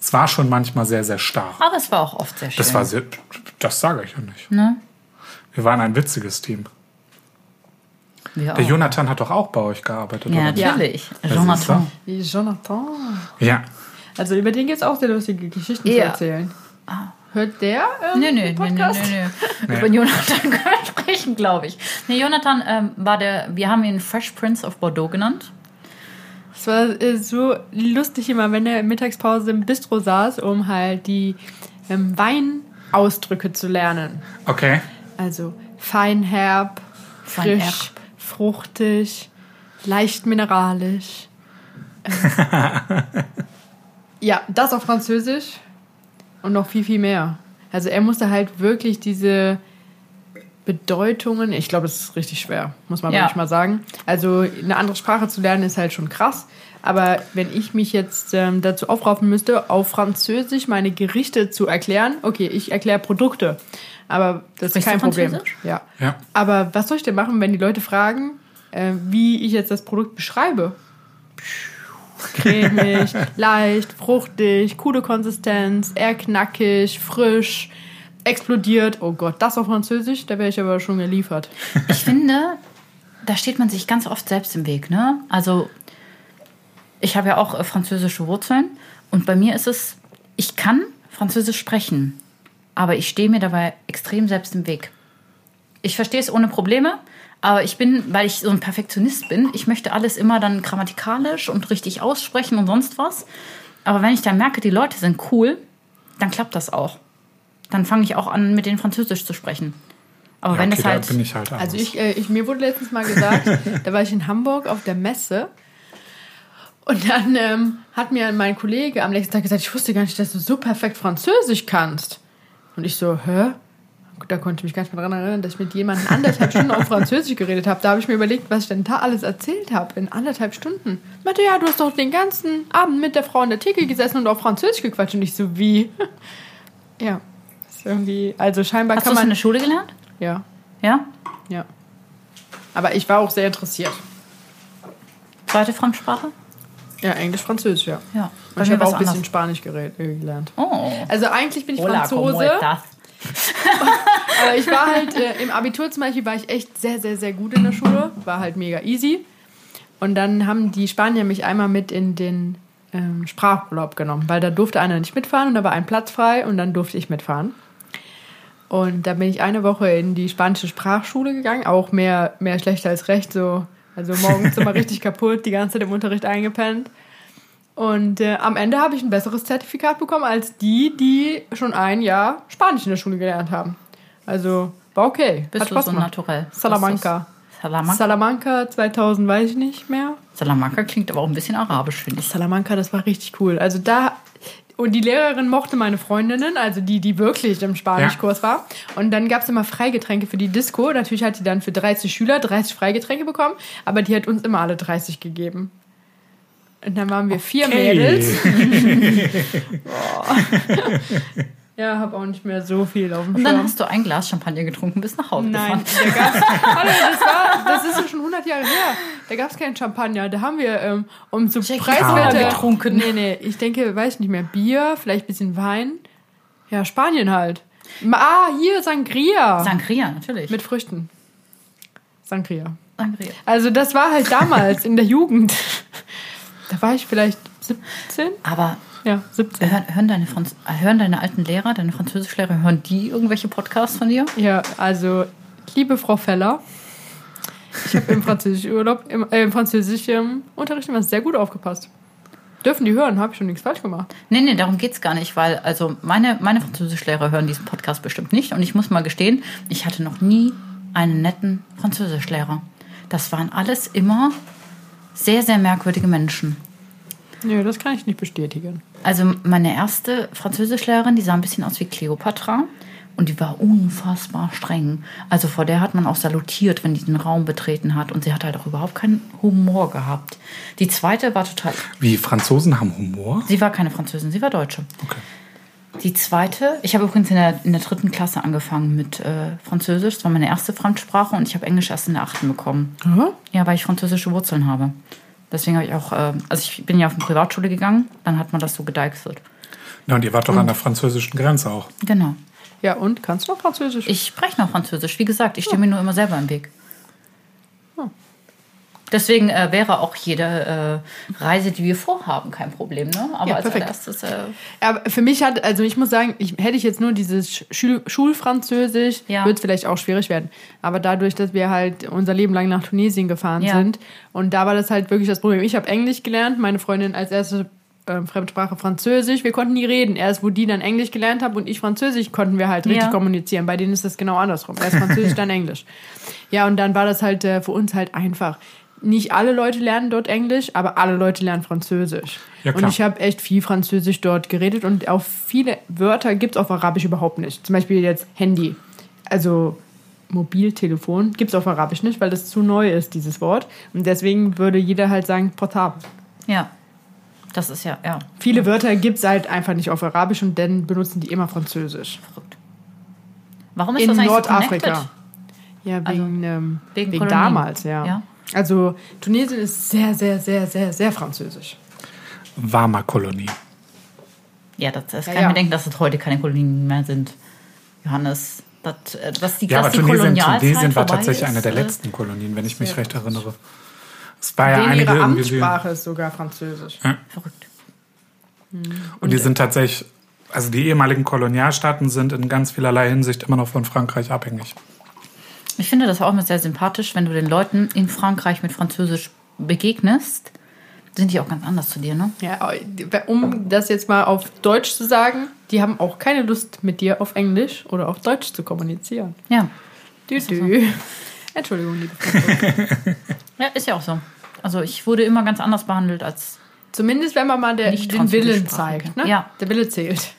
S4: es war schon manchmal sehr, sehr starr.
S2: Aber es war auch oft sehr schön. ne?
S4: Das war sehr, das sage ich ja nicht. Wir waren ein witziges Team.
S2: Wir
S4: Der
S2: auch.
S4: Jonathan hat doch auch bei euch gearbeitet,
S2: Oh. Ja,
S4: oder?
S2: natürlich.
S4: Das ist
S2: Jean Martin.
S4: so.
S3: Jonathan.
S4: Ja.
S3: Also über den gibt es auch sehr lustige Geschichten zu
S2: Ja. Ah.
S3: erzählen. Hört der ähm,
S2: Nö, nö, nö, nö,
S3: Podcast?
S2: nö. Über Jonathan können wir sprechen, glaube ich. Nee, Jonathan ähm, war der, wir haben ihn Fresh Prince of Bordeaux genannt.
S3: Es war äh, so lustig immer, wenn er in Mittagspause im Bistro saß, um halt die ähm, Weinausdrücke zu lernen.
S4: Okay.
S3: Also feinherb,
S2: Feinherb.
S3: frisch, fruchtig, leicht mineralisch. Ähm, ja, das auf Französisch und noch viel, viel mehr. Also er musste halt wirklich diese Bedeutungen, ich glaube, es ist richtig schwer, muss man
S2: Ja.
S3: wirklich mal sagen. Also eine andere Sprache zu lernen ist halt schon krass. Aber wenn ich mich jetzt ähm, dazu aufraffen müsste, auf Französisch meine Gerichte zu erklären, okay, ich erkläre Produkte, aber das ist
S2: Sprichst du
S3: kein Problem.
S2: Französisch?
S3: Ja.
S4: Ja.
S3: Aber was soll ich denn machen, wenn die Leute fragen, äh, wie ich jetzt das Produkt beschreibe? Cremig, leicht, fruchtig, coole Konsistenz, eher knackig, frisch, explodiert. Oh Gott, das auf Französisch, da wäre ich aber schon geliefert.
S2: Ich finde, da steht man sich ganz oft selbst im Weg, ne? Also, ich habe ja auch äh, französische Wurzeln und bei mir ist es, ich kann Französisch sprechen, aber ich stehe mir dabei extrem selbst im Weg. Ich verstehe es ohne Probleme, aber ich bin, weil ich so ein Perfektionist bin, ich möchte alles immer dann grammatikalisch und richtig aussprechen und sonst was. Aber wenn ich dann merke, die Leute sind cool, dann klappt das auch. Dann fange ich auch an, mit denen Französisch zu sprechen. Aber
S4: ja
S2: wenn
S4: okay,
S2: das halt.
S4: da bin ich halt anders.
S3: Also ich, äh, ich, mir wurde letztens mal gesagt, da war ich in Hamburg auf der Messe und dann ähm, hat mir mein Kollege am nächsten Tag gesagt, ich wusste gar nicht, dass du so perfekt Französisch kannst. Und ich so, hä? Da konnte ich mich gar nicht mehr daran erinnern, dass ich mit jemandem anderthalb Stunden auf Französisch geredet habe. Da habe ich mir überlegt, was ich denn da alles erzählt habe in anderthalb Stunden. Ich meinte, ja, du hast doch den ganzen Abend mit der Frau an der Theke gesessen und auf Französisch gequatscht. Und ich so, wie? Ja, ist irgendwie, also scheinbar
S2: Hast du
S3: kann
S2: das in
S3: man...
S2: der Schule gelernt?
S3: ja.
S2: Ja?
S3: Ja. Aber ich war auch sehr interessiert.
S2: Zweite Fremdsprache?
S3: Ja, Englisch, Französisch, ja.
S2: Ja.
S3: Und ich habe auch ein bisschen Spanisch geredet, äh, gelernt.
S2: Oh.
S3: Also eigentlich bin ich Franzose,
S2: Franzose.
S3: aber ich war halt äh, im Abitur zum Beispiel war ich echt sehr, sehr, sehr gut in der Schule. War halt mega easy. Und dann haben die Spanier mich einmal mit in den ähm, Sprachurlaub genommen, weil da durfte einer nicht mitfahren und da war ein Platz frei und dann durfte ich mitfahren. Und da bin ich eine Woche in die spanische Sprachschule gegangen, auch mehr, mehr schlecht als recht. So, also morgens immer richtig kaputt, die ganze Zeit im Unterricht eingepennt. Und äh, am Ende habe ich ein besseres Zertifikat bekommen als die, die schon ein Jahr Spanisch in der Schule gelernt haben. Also war okay.
S2: Bist
S3: Hat
S2: du
S3: Spaß
S2: so
S3: gemacht.
S2: naturell?
S3: Salamanca.
S2: Salamanca.
S3: Salamanca 2000 weiß ich nicht mehr.
S2: Salamanca klingt aber auch ein bisschen arabisch, finde ich.
S3: Salamanca, das war richtig cool. Also da und die Lehrerin mochte meine Freundinnen, also die, die wirklich im Spanischkurs war. Und dann gab es immer Freigetränke für die Disco. Natürlich hat die dann für 30 Schüler 30 Freigetränke bekommen, aber die hat uns immer alle 30 gegeben. Und dann waren wir vier
S4: Okay.
S3: Mädels. Oh. Ja, habe auch nicht mehr so viel auf dem
S2: Und dann
S3: Schirm.
S2: hast du ein Glas Champagner getrunken, bist nach Hause
S3: Nein,
S2: gefahren.
S3: da gab's, Hallo, das, war, das ist ja schon 100 Jahre her. Da gab es keinen Champagner. Da haben wir ähm, um so
S2: Jack
S3: Preiswerte
S2: Bauer getrunken.
S3: Nee, nee, ich denke, weiß ich nicht mehr. Bier, vielleicht ein bisschen Wein. Ja, Spanien halt. Ma- Ah, hier Sangria.
S2: Sangria, natürlich.
S3: Mit Früchten. Sangria.
S2: Sangria.
S3: Also, das war halt damals in der Jugend. Da war ich vielleicht 17?
S2: Aber
S3: Ja, 17.
S2: hören, hören, deine Franz äh, hören deine alten Lehrer, deine Französischlehrer, hören die irgendwelche Podcasts von dir?
S3: Ja, also, liebe Frau Feller, ich habe im französischen Urlaub, im, äh, im französischen Unterricht immer sehr gut aufgepasst. Dürfen die hören, habe ich schon nichts falsch gemacht.
S2: Nee, nee, darum geht's gar nicht, weil also meine, meine Französischlehrer hören diesen Podcast bestimmt nicht. Und ich muss mal gestehen, ich hatte noch nie einen netten Französischlehrer. Das waren alles immer sehr, sehr merkwürdige Menschen.
S3: Nö, das kann ich nicht bestätigen.
S2: Also meine erste Französischlehrerin, die sah ein bisschen aus wie Cleopatra und die war unfassbar streng. Also vor der hat man auch salutiert, wenn die den Raum betreten hat und sie hat halt auch überhaupt keinen Humor gehabt. Die zweite war total
S4: Wie Franzosen haben Humor?
S2: Sie war keine Französin, sie war Deutsche.
S4: Okay.
S2: Die zweite, ich habe übrigens in der, in der dritten Klasse angefangen mit äh, Französisch. Das war meine erste Fremdsprache und ich habe Englisch erst in der achten bekommen. Ja, weil ich französische Wurzeln habe. Deswegen habe ich auch, äh, also ich bin ja auf eine Privatschule gegangen, dann hat man das so gedeichselt.
S4: Na, und ihr wart doch an der französischen Grenze auch.
S2: Genau.
S3: Ja, und kannst du noch Französisch? Hm.
S2: Ich spreche noch Französisch, wie gesagt, ich stehe mir nur immer selber im Weg. Deswegen äh, wäre auch jede äh, Reise, die wir vorhaben, kein Problem. Ne? Aber
S3: Ja,
S2: als
S3: perfekt.
S2: erstes. Äh,
S3: Aber für mich hat, also ich muss sagen, ich, hätte ich jetzt nur dieses Sch- Schul Schulfranzösisch,
S2: Ja.
S3: wird es vielleicht auch schwierig werden. Aber dadurch, dass wir halt unser Leben lang nach Tunesien gefahren
S2: Ja.
S3: sind und da war das halt wirklich das Problem. Ich habe Englisch gelernt, meine Freundin als erste ähm, Fremdsprache Französisch. Wir konnten nie reden. Erst wo die dann Englisch gelernt habe und ich Französisch, konnten wir halt richtig
S2: Ja.
S3: kommunizieren. Bei denen ist das genau andersrum. Erst Französisch, dann Englisch. Ja, und dann war das halt äh, für uns halt einfach. Nicht alle Leute lernen dort Englisch, aber alle Leute lernen Französisch.
S4: Ja,
S3: und
S4: klar.
S3: ich habe echt viel Französisch dort geredet und auch viele Wörter gibt es auf Arabisch überhaupt nicht. Zum Beispiel jetzt Handy. Also Mobiltelefon gibt es auf Arabisch nicht, weil das zu neu ist, dieses Wort. Und deswegen würde jeder halt sagen Portable.
S2: ja. Das ist ja, ja.
S3: Viele Wörter gibt es halt einfach nicht auf Arabisch und dann benutzen die immer Französisch.
S2: Warum ist
S3: In
S2: das eigentlich
S3: Nordafrika.
S2: so connected?
S3: ja, wegen,
S2: Also,
S3: ähm,
S2: wegen
S3: wegen,
S2: Kolonien.
S3: damals, ja.
S2: Ja.
S3: Also Tunesien ist sehr, sehr, sehr, sehr, sehr französisch.
S4: Warmer Kolonie.
S2: Ja, das, das
S3: Ja,
S2: kann ich
S3: ja.
S2: mir denken, dass es heute keine Kolonien mehr sind. Johannes, das, äh, dass die,
S4: Ja,
S2: dass
S4: aber
S2: die
S4: Tunesien,
S2: Kolonialzeit
S4: Tunesien war
S2: vorbei
S4: tatsächlich
S2: ist,
S4: eine der
S2: äh,
S4: letzten Kolonien, wenn ich mich recht erinnere. Es war ja
S3: Denen
S4: einige
S3: ihre
S4: irgendwie. so-
S3: Amtssprache ist sogar französisch.
S2: Verrückt.
S4: Und die sind tatsächlich, also die ehemaligen Kolonialstaaten sind in ganz vielerlei Hinsicht immer noch von Frankreich abhängig.
S2: Ich finde das auch immer sehr sympathisch, wenn du den Leuten in Frankreich mit Französisch begegnest, sind die auch ganz anders zu dir, ne?
S3: Ja, um das jetzt mal auf Deutsch zu sagen, die haben auch keine Lust mit dir auf Englisch oder auf Deutsch zu kommunizieren.
S2: Ja.
S3: Dü -dü. Entschuldigung, liebe Frau.
S2: Ja, ist ja auch so. Also ich wurde immer ganz anders behandelt als
S3: Zumindest wenn man mal der,
S2: Nicht
S3: den Willen
S2: französischsprachige.
S3: zeigt. Ne?
S2: Ja.
S3: Der Wille zählt.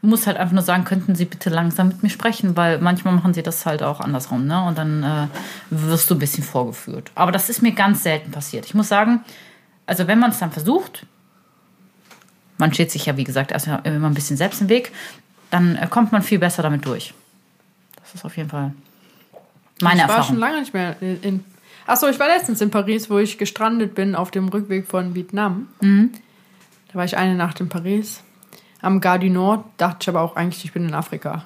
S2: muss halt einfach nur sagen, könnten Sie bitte langsam mit mir sprechen, weil manchmal machen sie das halt auch andersrum, ne? Und dann äh, wirst du ein bisschen vorgeführt. Aber das ist mir ganz selten passiert. Ich muss sagen, also wenn man es dann versucht, man steht sich ja wie gesagt erstmal immer ein bisschen selbst im Weg, dann äh, kommt man viel besser damit durch. Das ist auf jeden Fall meine
S3: ich war
S2: Erfahrung.
S3: schon lange nicht mehr in. in Achso, ich war letztens in Paris, wo ich gestrandet bin auf dem Rückweg von Vietnam.
S2: Mhm.
S3: Da war ich eine Nacht in Paris. Am Gare du Nord dachte ich aber auch eigentlich, ich bin in Afrika.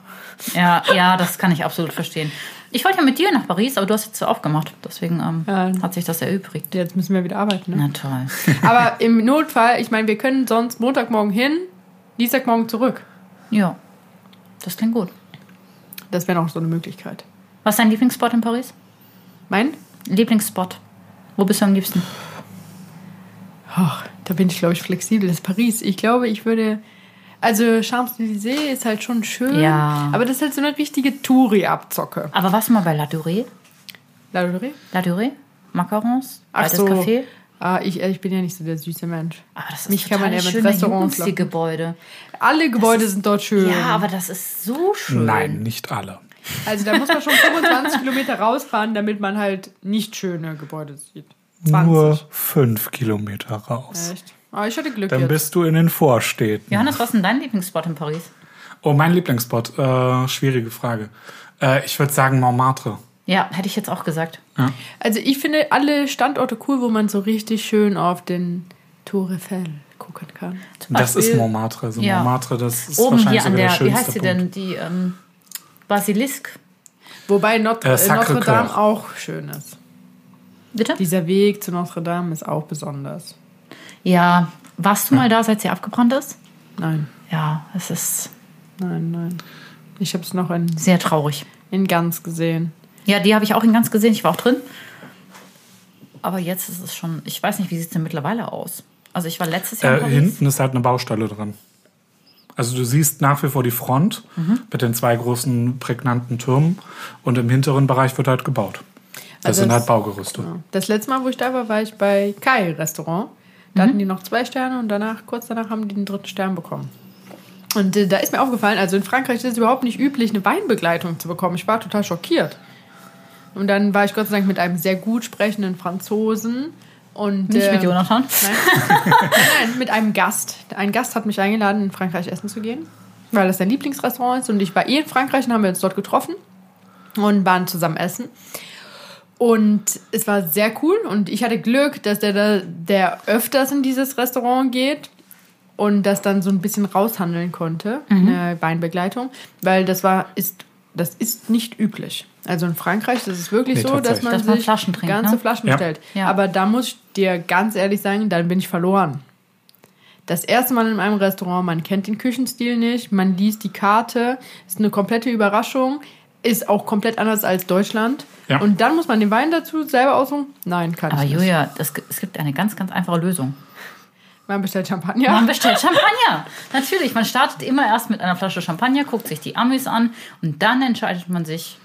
S2: Ja, ja, das kann ich absolut verstehen. Ich wollte ja mit dir nach Paris, aber du hast jetzt so aufgemacht. Deswegen ähm,
S3: Ja.
S2: hat sich das erübrigt.
S3: Jetzt müssen wir wieder arbeiten.
S2: Na
S3: Ne?
S2: toll.
S3: Aber im Notfall, ich meine, wir können sonst Montagmorgen hin, Dienstagmorgen zurück.
S2: Ja, das klingt gut.
S3: Das wäre noch so eine Möglichkeit.
S2: Was ist dein Lieblingsspot in Paris?
S3: Mein?
S2: Lieblingsspot. Wo bist du am liebsten?
S3: Och, da bin ich, glaube ich, flexibel. Das ist Paris. Ich glaube, ich würde. Also, Champs-Élysées ist halt schon schön.
S2: Ja.
S3: Aber das ist halt so eine richtige Touri-Abzocke.
S2: Aber warst du mal bei La Durée?
S3: La Lorerie?
S2: La Durée? Macarons?
S3: Ach
S2: Altes
S3: so.
S2: Café?
S3: Ah, ich, ich bin ja nicht so der süße Mensch.
S2: Aber das ist
S3: Mich kann man
S2: total
S3: ja mit
S2: schöne
S3: Restaurants
S2: Jugendstil- Gebäude.
S3: Alle Gebäude sind dort schön.
S2: Ja, aber das ist so schön.
S4: Nein, nicht alle.
S3: Also da muss man schon 25 Kilometer rausfahren, damit man halt nicht schöne Gebäude sieht. 20.
S4: Nur fünf Kilometer raus.
S2: Äh,
S3: Echt? Ah, ich hatte Glück
S4: Dann
S3: jetzt.
S4: bist du in den Vorstädten.
S2: Johannes, was ist denn dein Lieblingsspot in Paris?
S4: Oh, mein Lieblingsspot. Äh, schwierige Frage. Äh, ich würde sagen Montmartre.
S2: Ja, hätte ich jetzt auch gesagt.
S3: Also ich finde alle Standorte cool, wo man so richtig schön auf den Tour Eiffel gucken kann.
S4: Das ist
S3: Beispiel-
S4: Montmartre. Also
S2: äh, Ja.
S4: Montmartre, das ist
S2: Oben
S4: wahrscheinlich
S2: hier an
S4: sogar der,
S2: der, wie
S4: schönste
S2: heißt sie
S4: Punkt.
S2: denn? Die ähm, Basilisk.
S3: Wobei Not
S4: Äh,
S3: äh,
S4: Sacre
S3: Notre Dame
S4: Coeur.
S3: auch schön ist.
S2: Bitte?
S3: Dieser Weg zu Notre Dame ist auch besonders.
S2: Ja, warst du mal da, seit sie abgebrannt ist?
S3: Nein,
S2: Ja, es ist
S3: nein, nein. Ich habe es noch in,
S2: sehr traurig.
S3: in ganz gesehen.
S2: Ja, die habe ich auch in ganz gesehen. Ich war auch drin. Aber jetzt ist es schon, ich weiß nicht, wie sieht es denn mittlerweile aus? Also ich war letztes Jahr in
S4: Äh,
S2: Paris.
S4: hinten ist halt eine Baustelle dran. Also du siehst nach wie vor die Front
S2: Mhm.
S4: mit den zwei großen prägnanten Türmen und im hinteren Bereich wird halt gebaut.
S2: Oh
S4: Das
S3: Also
S4: sind
S3: das-
S4: halt Baugerüste.
S3: Ja. Das letzte Mal, wo ich da war, war ich bei Kai Restaurant. Da
S4: Mhm.
S3: hatten die noch zwei Sterne und danach, kurz danach, haben die den dritten Stern bekommen. Und äh, da ist mir aufgefallen, also in Frankreich ist es überhaupt nicht üblich, eine Weinbegleitung zu bekommen. Ich war total schockiert. Und dann war ich Gott sei Dank mit einem sehr gut sprechenden Franzosen und
S2: Nicht mit
S3: ähm,
S2: Jonathan.
S3: Nein, mit einem Gast. Ein Gast hat mich eingeladen, in Frankreich essen zu gehen, weil das sein Lieblingsrestaurant ist. Und ich war eh in Frankreich und haben wir uns dort getroffen und waren zusammen essen. Und es war sehr cool und ich hatte Glück, dass der, da- der öfters in dieses Restaurant geht
S2: Mhm.
S3: und das dann so ein bisschen raushandeln konnte, eine Weinbegleitung, weil das war, ist Das ist nicht üblich. Also in Frankreich das ist es wirklich
S4: Nee,
S3: so, dass
S4: tatsächlich.
S3: man,
S2: Dass man
S3: sich
S2: Flaschen trinkt,
S3: ganze
S2: ne?
S3: Flaschen
S4: Ja.
S3: stellt.
S2: Ja.
S3: Aber da muss ich dir ganz ehrlich sagen, dann bin ich verloren. Das erste Mal in einem Restaurant, man kennt den Küchenstil nicht, man liest die Karte, ist eine komplette Überraschung, ist auch komplett anders als Deutschland.
S4: Ja.
S3: Und dann muss man den Wein dazu selber aussuchen? Nein, kann
S2: Aber
S3: ich nicht.
S2: Julia, das, es gibt eine ganz, ganz einfache Lösung.
S3: Man bestellt Champagner.
S2: Man bestellt Champagner. Natürlich, man startet immer erst mit einer Flasche Champagner, guckt sich die Amis an und dann entscheidet man sich.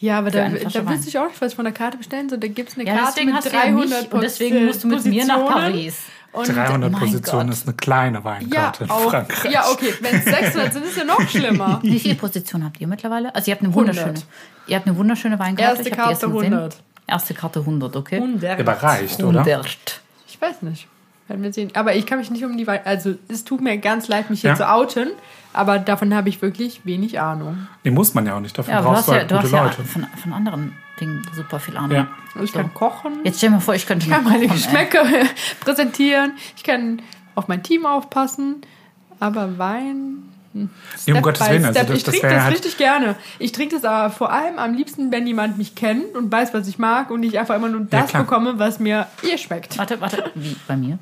S3: Ja, aber da,
S2: eine Flasche
S3: da
S2: Wein.
S3: wüsste ich auch nicht, was ich von der Karte bestellen soll. Da gibt es eine
S2: Ja,
S3: Karte
S2: deswegen
S3: mit
S2: hast du ja
S3: 300
S2: nicht und deswegen musst du mit mir nach
S3: Positionen.
S2: Paris.
S3: Und
S4: 300
S2: mein
S4: Positionen
S2: Gott.
S4: ist eine kleine
S3: ja,
S4: Weinkarte in
S3: auch,
S4: Frankreich.
S3: ja, okay, wenn es 600 sind, ist ja noch schlimmer.
S2: Wie viele Positionen habt ihr mittlerweile? Also ihr habt eine wunderschöne.
S3: 100.
S2: Ihr habt eine wunderschöne Weinkarte.
S3: Erste
S2: ich hab die
S3: Karte
S2: erst gesehen.
S3: 100.
S2: Erste Karte 100, okay?
S4: Aber reicht, oder?
S2: 100.
S3: Ich weiß nicht. Werden wir sehen. Aber ich kann mich nicht um die Wein. Also, es tut mir ganz leid, mich hier
S4: Ja.
S3: zu outen, aber davon habe ich wirklich wenig Ahnung.
S4: Nee, muss man ja auch nicht. Dafür
S2: Ja, aber du
S4: brauchst
S2: hast
S4: du
S2: ja,
S4: halt
S2: du hast
S4: gute
S2: ja
S4: Leute.
S2: von, von anderen Dingen super viel Ahnung.
S4: Ja.
S3: Ich
S2: So.
S3: kann kochen,
S2: Jetzt stell dir mal vor, ich könnte
S3: ich kann
S2: noch
S3: meine
S2: kochen, ey.
S3: Geschmäcker präsentieren, ich kann auf mein Team aufpassen, aber Wein.
S4: Nee, um
S3: Step
S4: Gottes
S3: by
S4: Willen. Also
S3: Step.
S4: das,
S3: ich
S4: das
S3: trinke
S4: wäre
S3: das
S4: halt
S3: richtig gerne. Ich trinke das aber vor allem am liebsten, wenn jemand mich kennt und weiß, was ich mag und ich einfach immer nur das
S4: klar.
S3: bekomme, was mir ihr schmeckt.
S2: Warte, warte, wie bei mir?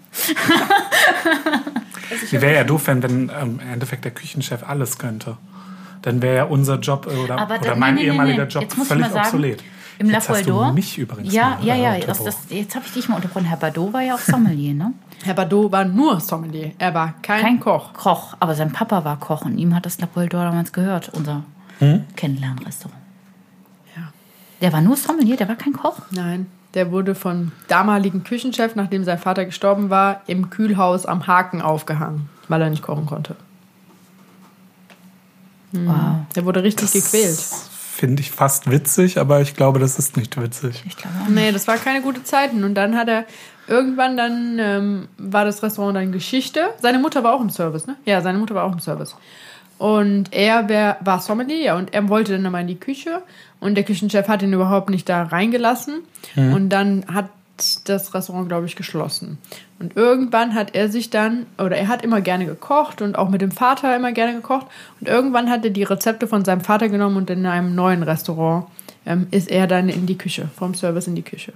S4: Mir wäre ja doof, wenn, wenn ähm, im Endeffekt der Küchenchef alles könnte. Dann wäre ja unser Job äh, oder,
S2: Aber dann-
S4: oder mein
S2: nee, nee, nee,
S4: ehemaliger
S2: nee.
S4: Job
S2: Jetzt muss ich
S4: völlig
S2: mal sagen,
S4: obsolet.
S2: Im
S4: Jetzt hast du
S2: Lapoldor?
S4: mich übrigens.
S2: Ja,
S4: mal,
S2: ja, ja.
S4: äh,
S2: Das,
S4: Tobo.
S2: das, jetzt habe ich dich mal unterbrochen. Herr Bardot war ja auch Sommelier, ne?
S3: Herr Bardot war nur Sommelier. Er war kein,
S2: Kein
S3: Koch.
S2: Koch, aber sein Papa war Koch und ihm hat das Lapoldor damals gehört, unser
S4: Hm?
S2: Kennenlernrestaurant.
S3: Ja.
S2: Der war nur Sommelier, der war kein Koch.
S3: Nein, der wurde vom damaligen Küchenchef, nachdem sein Vater gestorben war, im Kühlhaus am Haken aufgehangen, weil er nicht kochen konnte. Hm.
S2: Wow.
S3: Der wurde richtig gequält.
S4: Das Finde ich fast witzig, aber ich glaube, das ist nicht witzig.
S2: Ich glaube auch nicht.
S3: Nee, das war keine gute Zeiten. Und dann hat er irgendwann dann ähm, war das Restaurant dann Geschichte. Seine Mutter war auch im Service, ne? Ja, seine Mutter war auch im Service. Und er wär, war Sommelier ja, und er wollte dann nochmal in die Küche und der Küchenchef hat ihn überhaupt nicht da reingelassen. Und dann hat das Restaurant, glaube ich, geschlossen. Und irgendwann hat er sich dann, oder er hat immer gerne gekocht und auch mit dem Vater immer gerne gekocht. Und irgendwann hat er die Rezepte von seinem Vater genommen und in einem neuen Restaurant ähm, ist er dann in die Küche, vom Service in die Küche.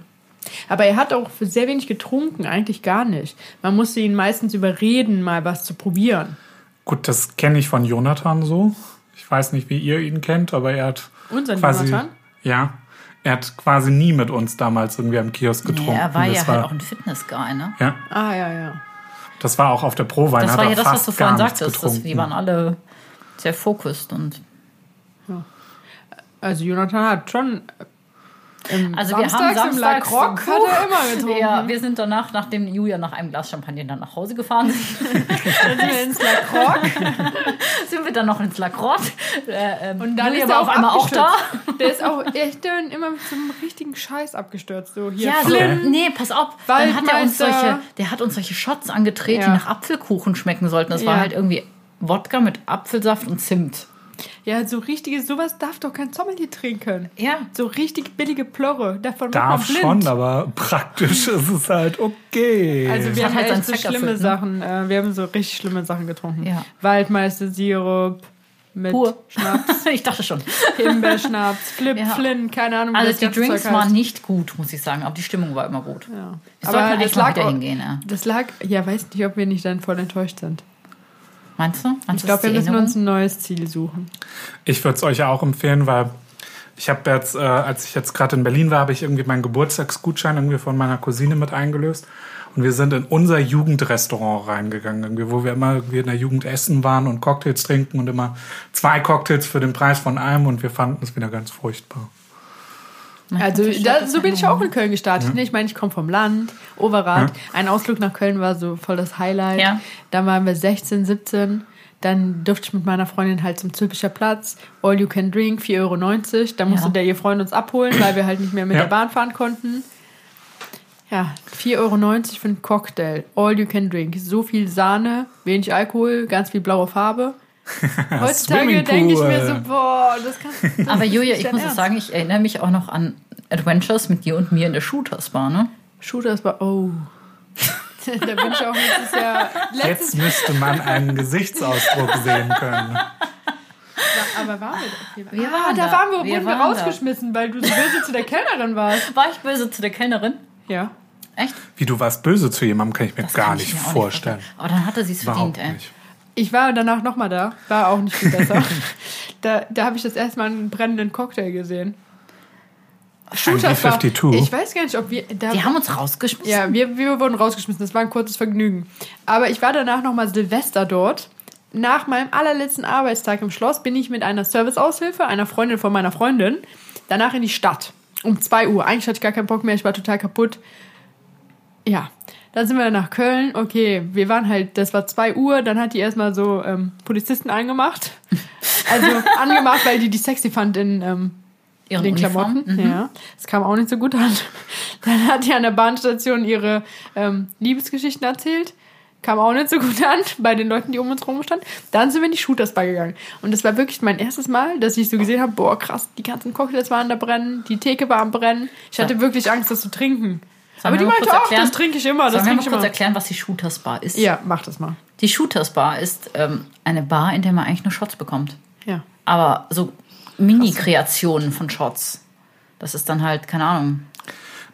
S3: Aber er hat auch sehr wenig getrunken, eigentlich gar nicht. Man musste ihn meistens überreden, mal was zu probieren.
S4: Gut, das kenne ich von Jonathan so. Ich weiß nicht, wie ihr ihn kennt, aber er hat
S3: Unseren
S4: quasi,
S3: Jonathan?
S4: Ja, er hat quasi nie mit uns damals irgendwie am Kiosk getrunken.
S2: Nee, er war
S4: Das
S2: ja halt auch ein Fitness-Guy, ne?
S4: ja,
S3: Ah, ja, ja.
S4: das war auch auf der Prowein.
S2: Das
S4: hat
S2: war
S4: er
S2: ja das, was
S4: fast
S2: du vorhin
S4: gar nichts
S2: sagtest. Dass die
S4: getrunken.
S2: waren alle sehr fokussiert und
S3: Also Jonathan hat schon im
S2: Also wir
S3: Samstags
S2: haben Samstags
S3: im La Croc
S2: so-
S3: hat er immer getrunken.
S2: Ja, wir sind danach, nachdem Julia nach einem Glas Champagner dann nach Hause gefahren sind,
S3: Dann sind wir ins La Croc
S2: sind wir dann noch ins La Crotte. Äh, ähm,
S3: und dann
S2: Julia
S3: ist
S2: war
S3: er
S2: auf einmal auch da.
S3: abgestürzt. Der ist auch echt dann immer mit so einem richtigen Scheiß abgestürzt. So hier.
S2: Ja, so, nee, pass auf. Dann hat er uns
S3: Waldmeister.
S2: solche, der hat uns solche Shots angedreht,
S3: Ja.
S2: die nach Apfelkuchen schmecken sollten. Das war
S3: Ja.
S2: halt irgendwie Wodka mit Apfelsaft und Zimt.
S3: ja, so richtige, sowas darf doch kein Sommelier trinken.
S2: Ja.
S3: So richtig billige Plörre. Davon
S4: Darf
S3: wird man blind.
S4: schon, aber praktisch ist es halt okay.
S3: Also wir
S2: hat
S3: haben
S2: halt
S3: echt
S2: seinen
S3: so
S2: Zweck
S3: schlimme
S2: erfüllt, ne?
S3: Sachen, äh, wir haben so richtig schlimme Sachen getrunken.
S2: Ja.
S3: Waldmeister-Sirup mit
S2: Pur.
S3: Schnaps,
S2: ich dachte schon.
S3: Himbeerschnaps, Flip,
S2: Ja.
S3: Flynn, keine Ahnung, wie
S2: Also
S3: das
S2: die
S3: ganze
S2: Drinks
S3: Zeug heißt.
S2: waren nicht gut, muss ich sagen, aber die Stimmung war immer gut.
S3: Ja.
S2: Wir sollten eigentlich mal wieder
S3: auch-
S2: hingehen, ne? ja.
S3: Das lag, ja, weiß nicht, ob wir nicht dann voll enttäuscht sind.
S2: Meinst du? Meinst
S3: Ich
S2: du, das
S3: glaube, wir
S2: ist die
S3: müssen
S2: Erinnerung?
S3: uns ein neues Ziel suchen.
S4: Ich würde es euch ja auch empfehlen, weil ich habe jetzt, äh, als ich jetzt gerade in Berlin war, habe ich irgendwie meinen Geburtstagsgutschein irgendwie von meiner Cousine mit eingelöst. Und wir sind in unser Jugendrestaurant reingegangen, irgendwie, wo wir immer irgendwie in der Jugend essen waren und Cocktails trinken und immer zwei Cocktails für den Preis von einem und wir fanden es wieder ganz furchtbar.
S3: Also
S2: natürlich
S3: da,
S2: hat das
S3: so bin
S2: eine
S3: ich auch in Köln gestartet. ne? Ich meine, ich komme vom Land, Overath. Ein Ausflug nach Köln war so voll das Highlight.
S2: Ja.
S3: Dann waren wir 16, 17. Dann durfte ich mit meiner Freundin halt zum Zülpicher Platz. All you can drink, 4,90 Euro. Da musste
S2: Ja.
S3: der ihr Freund uns abholen, weil wir halt nicht mehr mit
S4: Ja.
S3: der Bahn fahren konnten. Ja, 4,90 Euro für einen Cocktail. All you can drink. So viel Sahne, wenig Alkohol, ganz viel blaue Farbe. Heutzutage denke ich mir so,
S4: Swimmingpool.
S3: boah, das kannst du
S2: Aber Julia, ich
S3: dein
S2: muss auch
S3: Ernst.
S2: sagen, ich erinnere mich auch noch an Adventures mit dir und mir in der Shooters Bar, ne?
S3: Shooters war. Oh. da bin ich auch letztes Jahr. Letztes
S4: Jetzt müsste man einen Gesichtsausdruck sehen können.
S3: Aber waren wir da?
S2: Wir
S3: ah,
S2: waren
S3: da,
S2: da.
S3: waren wir,
S2: Wir
S3: wurden wir
S2: waren da.
S3: rausgeschmissen, weil du so böse zu der Kellnerin warst.
S2: War ich böse zu der Kellnerin?
S3: Ja.
S2: Echt?
S4: Wie du warst böse zu jemandem, kann ich mir
S2: Das
S4: gar
S2: kann ich
S4: nicht
S2: mir auch
S4: vorstellen.
S2: Aber dann hatte sie es verdient,
S4: Überhaupt
S2: ey.
S4: nicht.
S3: Ich war danach nochmal da. War auch nicht viel besser. da da habe ich das erste Mal einen brennenden Cocktail gesehen. Shooters war,
S4: E52.
S3: Ich weiß gar nicht, ob wir. Da,
S2: Die haben uns rausgeschmissen.
S3: ja, wir, wir wurden rausgeschmissen. Das war ein kurzes Vergnügen. Aber ich war danach nochmal Silvester dort. Nach meinem allerletzten Arbeitstag im Schloss bin ich mit einer Serviceaushilfe, einer Freundin von meiner Freundin, danach in die Stadt. Um 2 Uhr. Eigentlich hatte ich gar keinen Bock mehr. Ich war total kaputt. Ja, dann sind wir nach Köln. Okay, wir waren halt, das war 2 Uhr, dann hat die erstmal so ähm, Polizisten angemacht. Also angemacht, weil die die sexy fand in ähm,
S2: Ihren
S3: den
S2: Uniformen.
S3: Klamotten. Ja, das kam auch nicht so gut an. Dann hat die an der Bahnstation ihre ähm, Liebesgeschichten erzählt. Kam auch nicht so gut an bei den Leuten, die um uns rum standen. Dann sind wir in die Shooters Bar gegangen. Und das war wirklich mein erstes Mal, dass ich so gesehen habe, boah krass, die ganzen Cocktails waren da brennen, die Theke war am brennen. Ich hatte wirklich Angst, das zu trinken.
S2: Sollen
S3: Aber die
S2: wir mal
S3: meinte
S2: kurz
S3: auch,
S2: erklären?
S3: das trinke ich immer, das
S2: Sollen wir
S3: trinke
S2: mal
S3: ich
S2: kurz
S3: immer.
S2: erklären, was die Shooters Bar ist?
S3: Ja, mach das mal.
S2: Die Shooters Bar ist ähm, eine Bar, in der man eigentlich nur Shots bekommt.
S3: Ja.
S2: Aber so Mini-Kreationen von Shots. Das ist dann halt, keine Ahnung.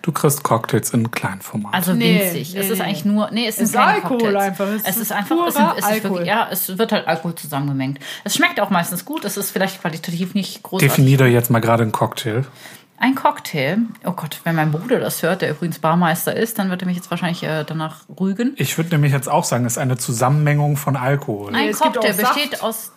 S4: Du kriegst Cocktails in Kleinformat.
S2: Also
S3: Nee,
S2: winzig.
S3: nee,
S2: es ist
S3: nee.
S2: eigentlich nur. Nee, es,
S3: Es
S2: sind
S3: ist
S2: keine
S3: Alkohol
S2: Cocktails.
S3: einfach.
S2: Es,
S3: Es
S2: ist
S3: ist
S2: einfach. Es, sind,
S3: purer
S2: es, ist
S3: Alkohol.
S2: wirklich, ja, es wird halt Alkohol zusammengemengt. Es schmeckt auch meistens gut. Es ist vielleicht qualitativ nicht großartig.
S4: Definier doch jetzt mal gerade einen Cocktail.
S2: Ein Cocktail. Oh Gott, wenn mein Bruder das hört, der übrigens Barmeister ist, dann wird er mich jetzt wahrscheinlich äh, danach rügen.
S4: Ich würde nämlich jetzt auch sagen, es ist eine Zusammenmengung von Alkohol.
S2: Ein
S3: es gibt auch
S2: Cocktail
S3: Saft.
S2: besteht aus.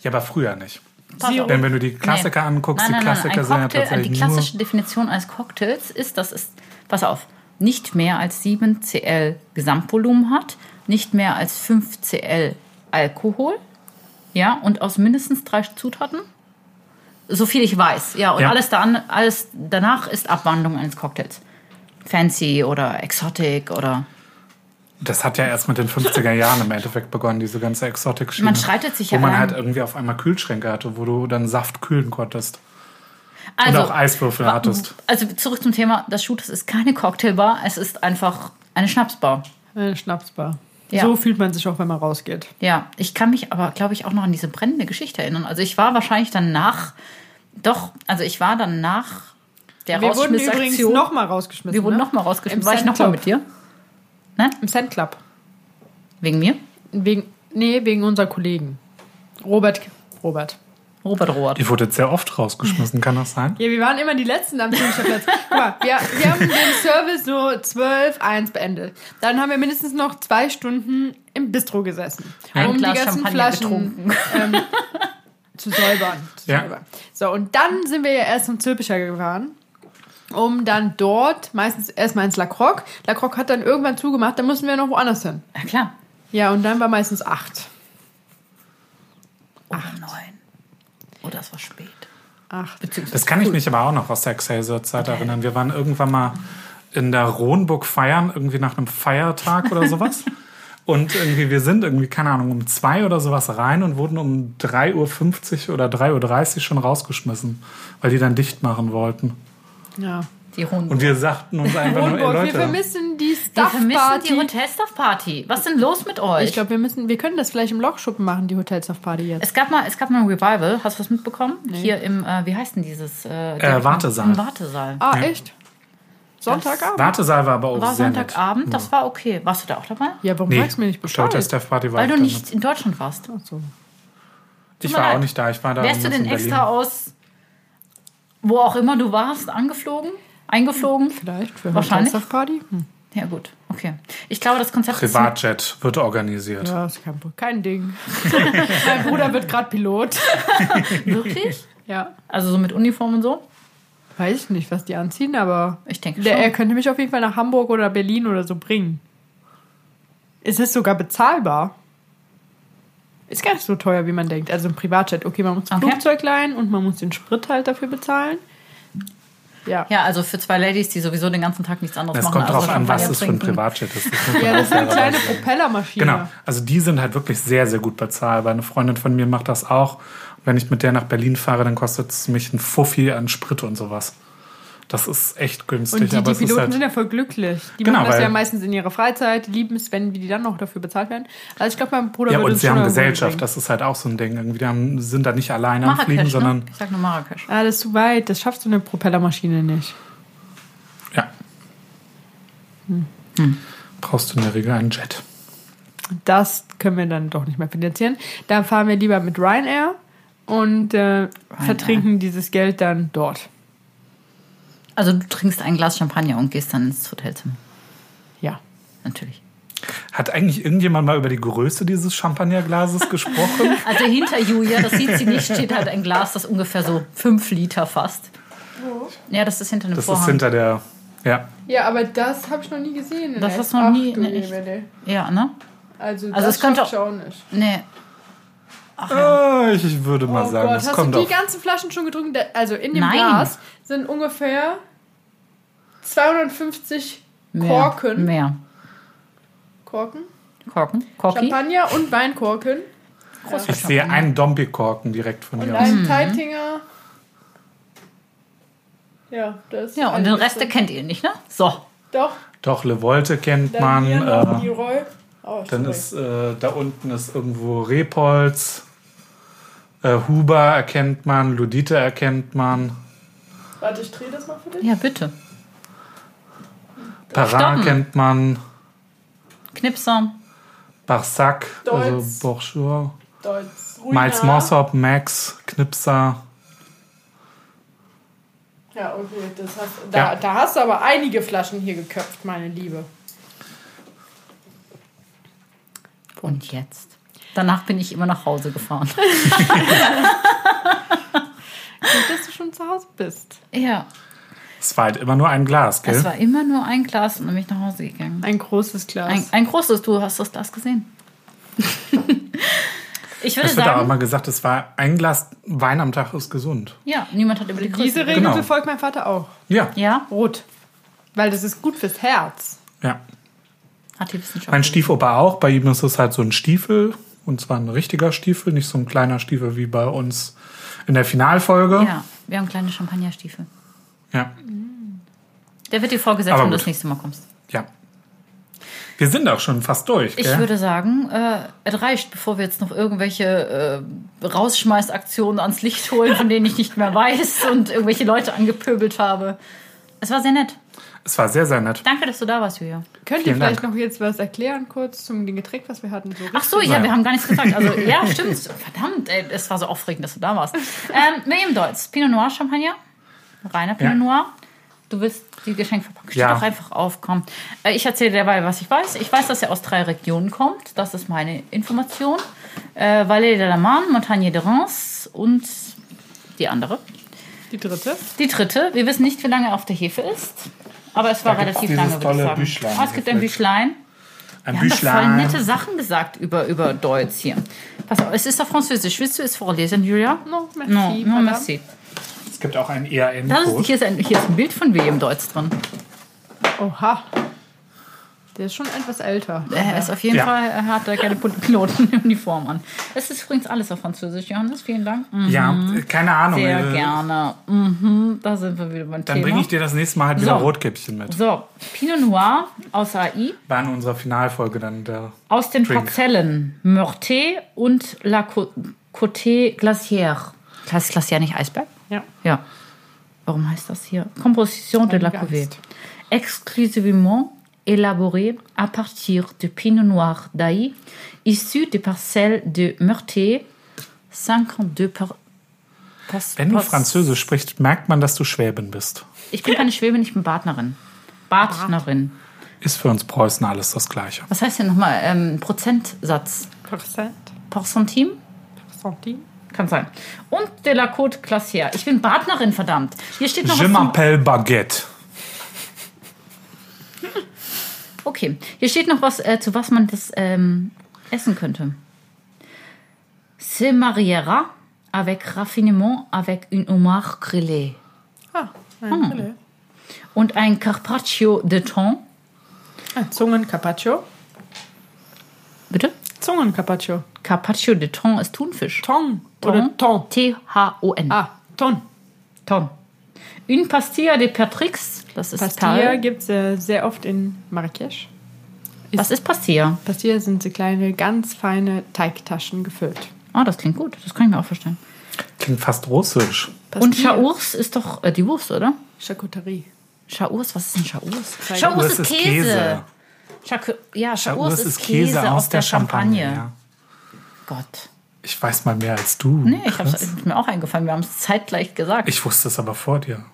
S4: Ja, aber früher nicht.
S2: Pass auf.
S4: Denn wenn du die Klassiker anguckst, die Klassiker
S2: ein
S4: sind ja
S2: Cocktail, Die
S4: tatsächlich
S2: klassische Definition eines Cocktails ist, dass es, pass auf, nicht mehr als 7 Cl Gesamtvolumen hat, nicht mehr als 5 Cl Alkohol, ja, und aus mindestens drei Zutaten. So viel ich weiß, ja, und
S4: Ja.
S2: Alles, dann, alles danach ist Abwandlung eines Cocktails. Fancy oder Exotic oder.
S4: Das hat ja erst mit den 50er Jahren im Endeffekt begonnen, diese ganze exotik schiene
S2: Man streitet sich
S4: Wo
S2: ja
S4: man
S2: allein.
S4: halt irgendwie auf einmal Kühlschränke hatte, wo du dann Saft kühlen konntest. Und
S2: Also,
S4: auch Eiswürfel
S2: wa-
S4: hattest.
S2: Also zurück zum Thema, das Shooters ist keine Cocktailbar, es ist einfach eine Schnapsbar.
S3: Eine Schnapsbar.
S2: Ja.
S3: So fühlt man sich auch, wenn man rausgeht.
S2: Ja, ich kann mich aber, glaube ich, auch noch an diese brennende Geschichte erinnern. Also ich war wahrscheinlich dann nach, doch, also ich war dann nach der
S3: Wir wurden übrigens
S2: Rausschmissaktion.
S3: nochmal rausgeschmissen.
S2: wir wurden
S3: ne?
S2: nochmal rausgeschmissen.
S3: Im
S2: War ich
S3: Sand
S2: nochmal
S3: Club.
S2: mit dir?
S3: Im Sand Club.
S2: ne? Wegen mir?
S3: Wegen, nee, wegen unserer Kollegen. Robert. Robert.
S2: Robert Rohrt.
S4: Ich wurde jetzt sehr oft rausgeschmissen, kann das sein?
S3: Ja, wir waren immer die Letzten am Teamstartplatz. Guck mal, wir, wir haben den Service so 12, 1 beendet. Dann haben wir mindestens noch zwei Stunden im Bistro gesessen. um
S2: Ein Glas Champagner getrunken.
S3: ähm, zu säubern. Zu
S4: Ja.
S3: säubern. So, und dann sind wir ja erst zum Zülpicher gefahren. Um dann dort meistens erstmal ins La Croque. La Croque hat dann irgendwann zugemacht, dann mussten wir noch woanders hin.
S2: Ja, klar.
S3: Ja, und dann war meistens acht.
S2: Oder Oh neun. Oder es war spät.
S3: Acht.
S4: Das kann ich mich aber auch noch aus der Excelsior-Zeit erinnern. Wir waren irgendwann mal in der Ronburg feiern, irgendwie nach einem Feiertag oder sowas. Und irgendwie, wir sind irgendwie, keine Ahnung, um zwei oder sowas rein und wurden um 3.50 Uhr oder 3.30 Uhr schon rausgeschmissen, weil die dann dicht machen wollten.
S3: Ja.
S2: Die Hunde.
S4: Und wir sagten uns einfach nur, ey
S3: Ronburg, wir
S4: Leute,
S3: vermissen die
S2: wir vermissen die
S3: Staff-Party.
S2: Hotelstaff-Party. Was ist denn los mit euch?
S3: Ich glaube, wir müssen, wir können das vielleicht im Lochschuppen machen, die Hotelsoft-Party jetzt.
S2: es gab mal, es gab mal ein Revival. Hast du das mitbekommen? Hier im, äh, wie heißt denn dieses? Äh, direkt
S4: Wartesaal.
S2: Im Wartesaal.
S3: Ah,
S4: Ja.
S3: echt? Sonntagabend?
S4: Wartesaal war aber auch
S2: War
S4: Also sehr
S2: Sonntagabend,
S4: nett.
S2: das war okay. Warst du da auch dabei?
S3: Ja, warum
S4: Nee,
S3: sagst du mir nicht Bescheid?
S4: Showtime Staff Party war
S2: Weil
S4: ich
S2: du
S4: dann
S2: nicht in Deutschland warst.
S3: Ach so.
S4: Ich
S2: mir
S4: war
S2: leid.
S4: auch nicht da, ich war da.
S2: Wärst du denn
S4: irgendwas in Berlin.
S2: extra aus, wo auch immer du warst, angeflogen? Eingeflogen?
S3: Vielleicht für
S2: Wahrscheinlich.
S3: Hotelsoft-Party? Hm.
S2: Ja, gut, okay. Ich glaube, das Konzept
S4: Privatjet wird organisiert.
S3: Ja, ist kein, Pro- kein Ding. mein Bruder wird gerade Pilot.
S2: ist wirklich.
S3: Ja.
S2: Also so mit Uniform und so.
S3: Weiß ich nicht, was die anziehen, aber
S2: Ich denke
S3: der, er
S2: schon.
S3: könnte mich auf jeden Fall nach Hamburg oder Berlin oder so bringen. Es ist sogar bezahlbar. Ist gar nicht so teuer, wie man denkt. Also ein Privatjet. Okay, man muss das
S2: Okay.
S3: Flugzeug leihen und man muss den Sprit halt dafür bezahlen. Ja.
S2: Ja, also für zwei Ladies, die sowieso den ganzen Tag nichts anderes
S4: Es
S2: machen.
S4: kommt
S2: als
S4: drauf an, was
S2: Champagner
S4: es für ein
S2: trinken.
S4: Privatjet ist. Das muss
S3: Ja,
S4: man
S3: das ist eine
S4: auch
S3: kleine
S4: fairerweise sagen.
S3: Propellermaschine.
S4: Genau, also die sind halt wirklich sehr, sehr gut bezahlbar. Eine Freundin von mir macht das auch. Und wenn ich mit der nach Berlin fahre, dann kostet es mich ein Fuffi an Sprit und sowas. Das ist echt
S3: Und
S4: günstig.
S3: die, die
S4: aber es
S3: Piloten
S4: ist halt,
S3: sind ja voll glücklich. Die
S4: Genau,
S3: machen das
S4: weil-
S3: ja meistens in ihrer Freizeit, lieben es, wenn die dann noch dafür bezahlt werden. Also ich glaube, mein Bruder
S4: ja,
S3: würde
S4: und
S3: uns
S4: sie
S3: schon
S4: haben
S3: irgendwo
S4: Gesellschaft,
S3: hinbringen.
S4: das ist halt auch so ein Ding. Irgendwie, die haben, sind da nicht alleine am Fliegen,
S2: Marrakesch,
S4: sondern
S2: ne? Ich sag nur Marrakesch.
S3: Ah, das ist zu weit. Das schaffst du eine Propellermaschine nicht.
S4: ja.
S3: Hm.
S4: Hm. Brauchst du in der Regel einen Jet.
S3: Das können wir dann doch nicht mehr finanzieren. Da fahren wir lieber mit Ryanair und äh, vertrinken dieses Geld dann dort.
S2: Also du trinkst ein Glas Champagner und gehst dann ins Hotelzimmer.
S3: Ja.
S2: Natürlich.
S4: Hat eigentlich irgendjemand mal über die Größe dieses Champagnerglases gesprochen?
S2: Also hinter Julia, das sieht sie nicht, steht halt ein Glas, das ungefähr so fünf Liter fasst. Ja, das ist hinter einem
S4: Das ist
S2: Vorhang.
S4: hinter der. Ja,
S3: Ja, aber das habe ich noch nie gesehen.
S2: Das echt. hast du noch Ach, nie in du echt. ja, ne?
S3: Also,
S2: das es könnte schafft auch-
S3: auch nicht.
S2: Nee.
S4: Äh, ich, ich würde mal
S3: Oh
S4: sagen,
S3: Gott,
S4: das
S3: hast
S4: kommt
S3: du
S4: auf.
S3: die ganzen Flaschen schon getrunken? Da- Also in dem
S2: Nein.
S3: Glas sind ungefähr 250
S2: Mehr.
S3: Korken.
S2: Mehr.
S3: Korken?
S2: Korken. Korki.
S3: Champagner und Weinkorken.
S4: Ich sehe einen Dombi-Korken direkt von
S3: Und
S4: mir aus.
S2: Mhm.
S3: ein Teitinger. Ja, das
S2: Ja, und den Rest der kennt ihr nicht, ne? So.
S3: Doch,
S4: Doch, Levolte kennt
S3: dann hier noch
S4: man. Äh,
S3: Leroy. Oh,
S4: dann
S3: sorry.
S4: ist äh, da unten ist irgendwo Repolz. Äh, Huber erkennt man, Ludite erkennt man,
S3: Warte, ich drehe das mal für dich.
S2: Ja, bitte.
S4: Perrin
S2: Stoppen.
S4: kennt man,
S2: Knipser.
S4: Barsac, also
S3: Deutz.
S4: Bourgeois,
S3: Deutz. Ruina.
S4: Miles Mossop, Max, Knipser.
S3: Ja, okay. Das hast, da,
S4: Ja.
S3: da hast du aber einige Flaschen hier geköpft, meine Liebe.
S2: Und jetzt. Danach bin ich immer nach Hause gefahren.
S3: Gut, dass du schon zu Hause bist.
S2: ja.
S4: Es war halt immer nur ein Glas, gell?
S2: Es war immer nur ein Glas und dann bin ich nach Hause gegangen.
S3: Ein großes Glas.
S2: Ein, ein großes, du hast das Glas gesehen. ich würde
S4: Es wird auch
S2: sagen,
S4: immer gesagt, es war ein Glas Wein am Tag ist gesund.
S2: ja, niemand hat über die Größe
S3: Diese Regel
S2: geredet.
S4: Genau.
S3: befolgt mein Vater auch.
S4: Ja, ja.
S2: Ja,
S3: Rot. Weil das ist gut fürs Herz.
S2: hat die Wissenschaft.
S4: Mein Stiefopa auch. Bei ihm ist es halt so ein Stiefel. Und zwar ein richtiger Stiefel, nicht so ein kleiner Stiefel wie bei uns in der Finalfolge.
S2: Ja, wir haben kleine Champagnerstiefel.
S4: Ja.
S2: Der wird dir vorgesetzt,
S4: Aber
S2: wenn du
S4: gut.
S2: das nächste Mal kommst.
S4: ja. Wir sind auch schon fast durch.
S2: Ich
S4: gell?
S2: würde sagen, äh, es reicht, bevor wir jetzt noch irgendwelche äh, Rausschmeißaktionen ans Licht holen, von denen ich nicht mehr weiß und irgendwelche Leute angepöbelt habe. Es war sehr nett.
S4: es war sehr, sehr nett.
S2: Danke, dass du da warst, Julia.
S3: Könnt ihr
S4: Vielen
S3: vielleicht
S4: Dank.
S3: noch jetzt was erklären, kurz zum dem Getränk, was wir hatten? So
S2: Ach so, ja, wir haben gar nichts gesagt. Also, ja, stimmt. Verdammt, ey, es war so aufregend, dass du da warst. Ähm, William Deutz, Pinot Noir Champagner. Reiner Pinot
S4: Ja.
S2: Noir. Du willst die Geschenkverpackung. Steht
S4: Ja.
S2: doch einfach auf, komm. Äh, ich erzähle derweil, was ich weiß. Ich weiß, dass er aus drei Regionen kommt. Das ist meine Information. Äh, Vallée de la Marne, Montagne de Reims und die andere.
S3: die dritte.
S2: Die dritte. Wir wissen nicht, wie lange er auf der Hefe ist. Aber es war
S4: Da gibt's
S2: relativ lange,
S4: dieses
S2: würde ich
S4: tolle
S2: sagen.
S4: Büchlein.
S2: Ah, es gibt ein Büchlein.
S4: Ein
S2: Wir haben
S4: Büchlein.
S2: da voll nette Sachen gesagt über, über Deutsch hier. Pass auf, es ist auf Französisch. Willst du es vorlesen, Julia?
S3: No, merci,
S2: No, no,
S3: madame.
S2: merci.
S4: Es gibt auch E einen
S2: Das ist,
S4: ERN-Code.
S2: hier, ist ein, hier ist ein Bild von William Deutsch drin.
S3: Oha. Der ist schon etwas älter.
S2: Er ist auf jeden
S4: Ja.
S2: Fall, er hat da keine bunten Knoten im Uniform an. Es ist übrigens alles auf Französisch, Johannes. Vielen Dank. Mhm.
S4: Ja, keine Ahnung.
S2: Sehr
S4: äh,
S2: gerne. Mhm, da sind wir wieder beim
S4: Dann bringe
S2: Thema.
S4: ich dir das nächste Mal halt wieder
S2: So.
S4: Rotkäppchen mit.
S2: so, Pinot Noir aus AI,
S4: War in unserer Finalfolge dann der.
S2: aus den
S4: Drink.
S2: Parzellen Meurthe und La Co- Côte Glacière. Heißt Glacière nicht Eisberg?
S3: Ja.
S2: Ja. Warum heißt das hier? Composition de la
S3: Ein
S2: cuvée.
S3: Geist.
S2: Exclusivement élaborée à partir de Pinot Noir d'Aï, issu des parcelles de Meurthe, 52 par... Pas-
S4: Wenn du
S2: Pas-
S4: Französisch sprichst, merkt man, dass du Schwäbin bist.
S2: Ich bin keine Schwäbin, ich bin Badnerin. Badnerin.
S4: Ist für uns Preußen alles das Gleiche.
S2: Was heißt denn nochmal ähm, Prozentsatz?
S3: Prozent.
S2: Porcentime?
S3: Prozent.
S2: Kann sein. Und de la Côte Classière. Ich bin Badnerin, verdammt. Hier steht noch
S4: Je
S2: was zum
S4: m'appelle Baguette.
S2: Okay, hier steht noch was, äh, zu was man das ähm, essen könnte. Se mariera avec raffinement avec une homard grillée
S3: Ah, ein Brille.
S2: und ein Carpaccio de thon.
S3: Ah, Zungencarpaccio.
S2: Bitte?
S3: Zungencarpaccio.
S2: Carpaccio de thon ist Thunfisch.
S3: Tong. Oder Ton.
S2: T-H-O-N.
S3: Ah, Ton.
S2: Thon. Une pastilla de Patrix. Das ist
S3: Pastilla
S2: Pastilla.
S3: gibt es ja äh, sehr oft in Marrakesch.
S2: Was ist Pastilla?
S3: Pastilla sind so kleine, ganz feine Teigtaschen gefüllt.
S2: Ah, das klingt gut. Das kann ich mir auch vorstellen.
S4: Klingt fast russisch.
S2: Und
S3: Pastilla.
S2: Chaours ist doch äh, die Wurst, oder?
S3: Charcuterie.
S2: Chaours, was ist denn Chaours?
S3: Zeig-
S2: Chaours
S4: Urs
S2: ist Käse. Chac- ja, Chaours Äh, ist Käse, aus der Champagne. Gott.
S4: Ich weiß mal mehr als du.
S2: Nee, ich hab's, halt
S4: Chris.
S2: ist mir auch eingefallen. Wir haben es zeitgleich gesagt.
S4: ich wusste es aber vor dir.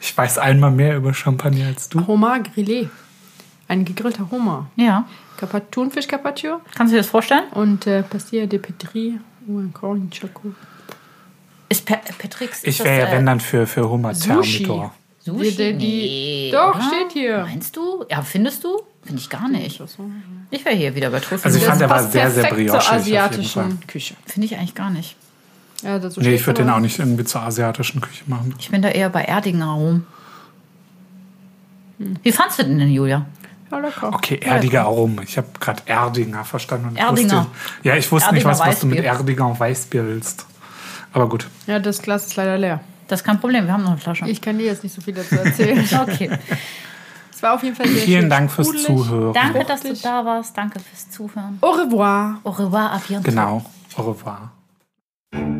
S4: Ich weiß einmal mehr über Champagner als du.
S3: Homard grillé. Ein gegrillter Hummer.
S2: ja.
S3: Carpa- Thunfisch Carpaccio
S2: Kannst du dir das vorstellen?
S3: und äh, Pastilla de Petri ou encore une choco.
S2: Ist Pe Patrix.
S4: Ich
S2: ist
S4: wäre
S2: das, äh,
S4: ja, wenn dann, für, für Hummer
S3: Sushi.
S4: Thermidor.
S2: Sushi?
S3: Die- die-
S2: nee,
S3: Doch,
S2: oder?
S3: steht hier.
S2: Meinst du? Ja, findest du? Finde ich gar nicht.
S3: Also
S2: Ich wäre hier wieder bei Trüffel.
S4: Also ich fand,
S2: finde
S4: der war sehr, sehr briochig
S3: zur
S4: auf jeden
S3: asiatischen Küche.
S2: ich eigentlich gar nicht.
S3: Ja, dazu
S4: Nee,
S3: steht's
S4: ich würde den
S3: aber.
S4: auch nicht irgendwie zur asiatischen Küche machen.
S2: Ich bin da eher bei Erdinger rum. Wie fandst du den denn, Julia?
S3: Ja, lecker.
S4: Okay, Erdiger Aromen. Ich habe gerade Erdinger verstanden. Und ich
S2: Erdinger.
S4: Wusste, ja, ich wusste nicht,
S2: Erdinger
S4: was, was du mit
S2: Weißbier.
S4: Erdinger und Weißbier willst. Aber gut.
S3: Ja, das Glas ist leider leer.
S2: Das ist kein Problem, wir haben noch eine Flasche.
S3: Ich kann dir jetzt nicht so viel dazu erzählen.
S2: okay.
S3: es war auf jeden Fall sehr
S4: Vielen
S3: schön
S4: Dank fürs
S3: sprudelig.
S4: Zuhören.
S2: Danke, dass du
S3: Fruchtig.
S2: da warst. Danke fürs Zuhören.
S3: Au revoir.
S2: Au revoir, à bientôt.
S4: Genau. Au revoir.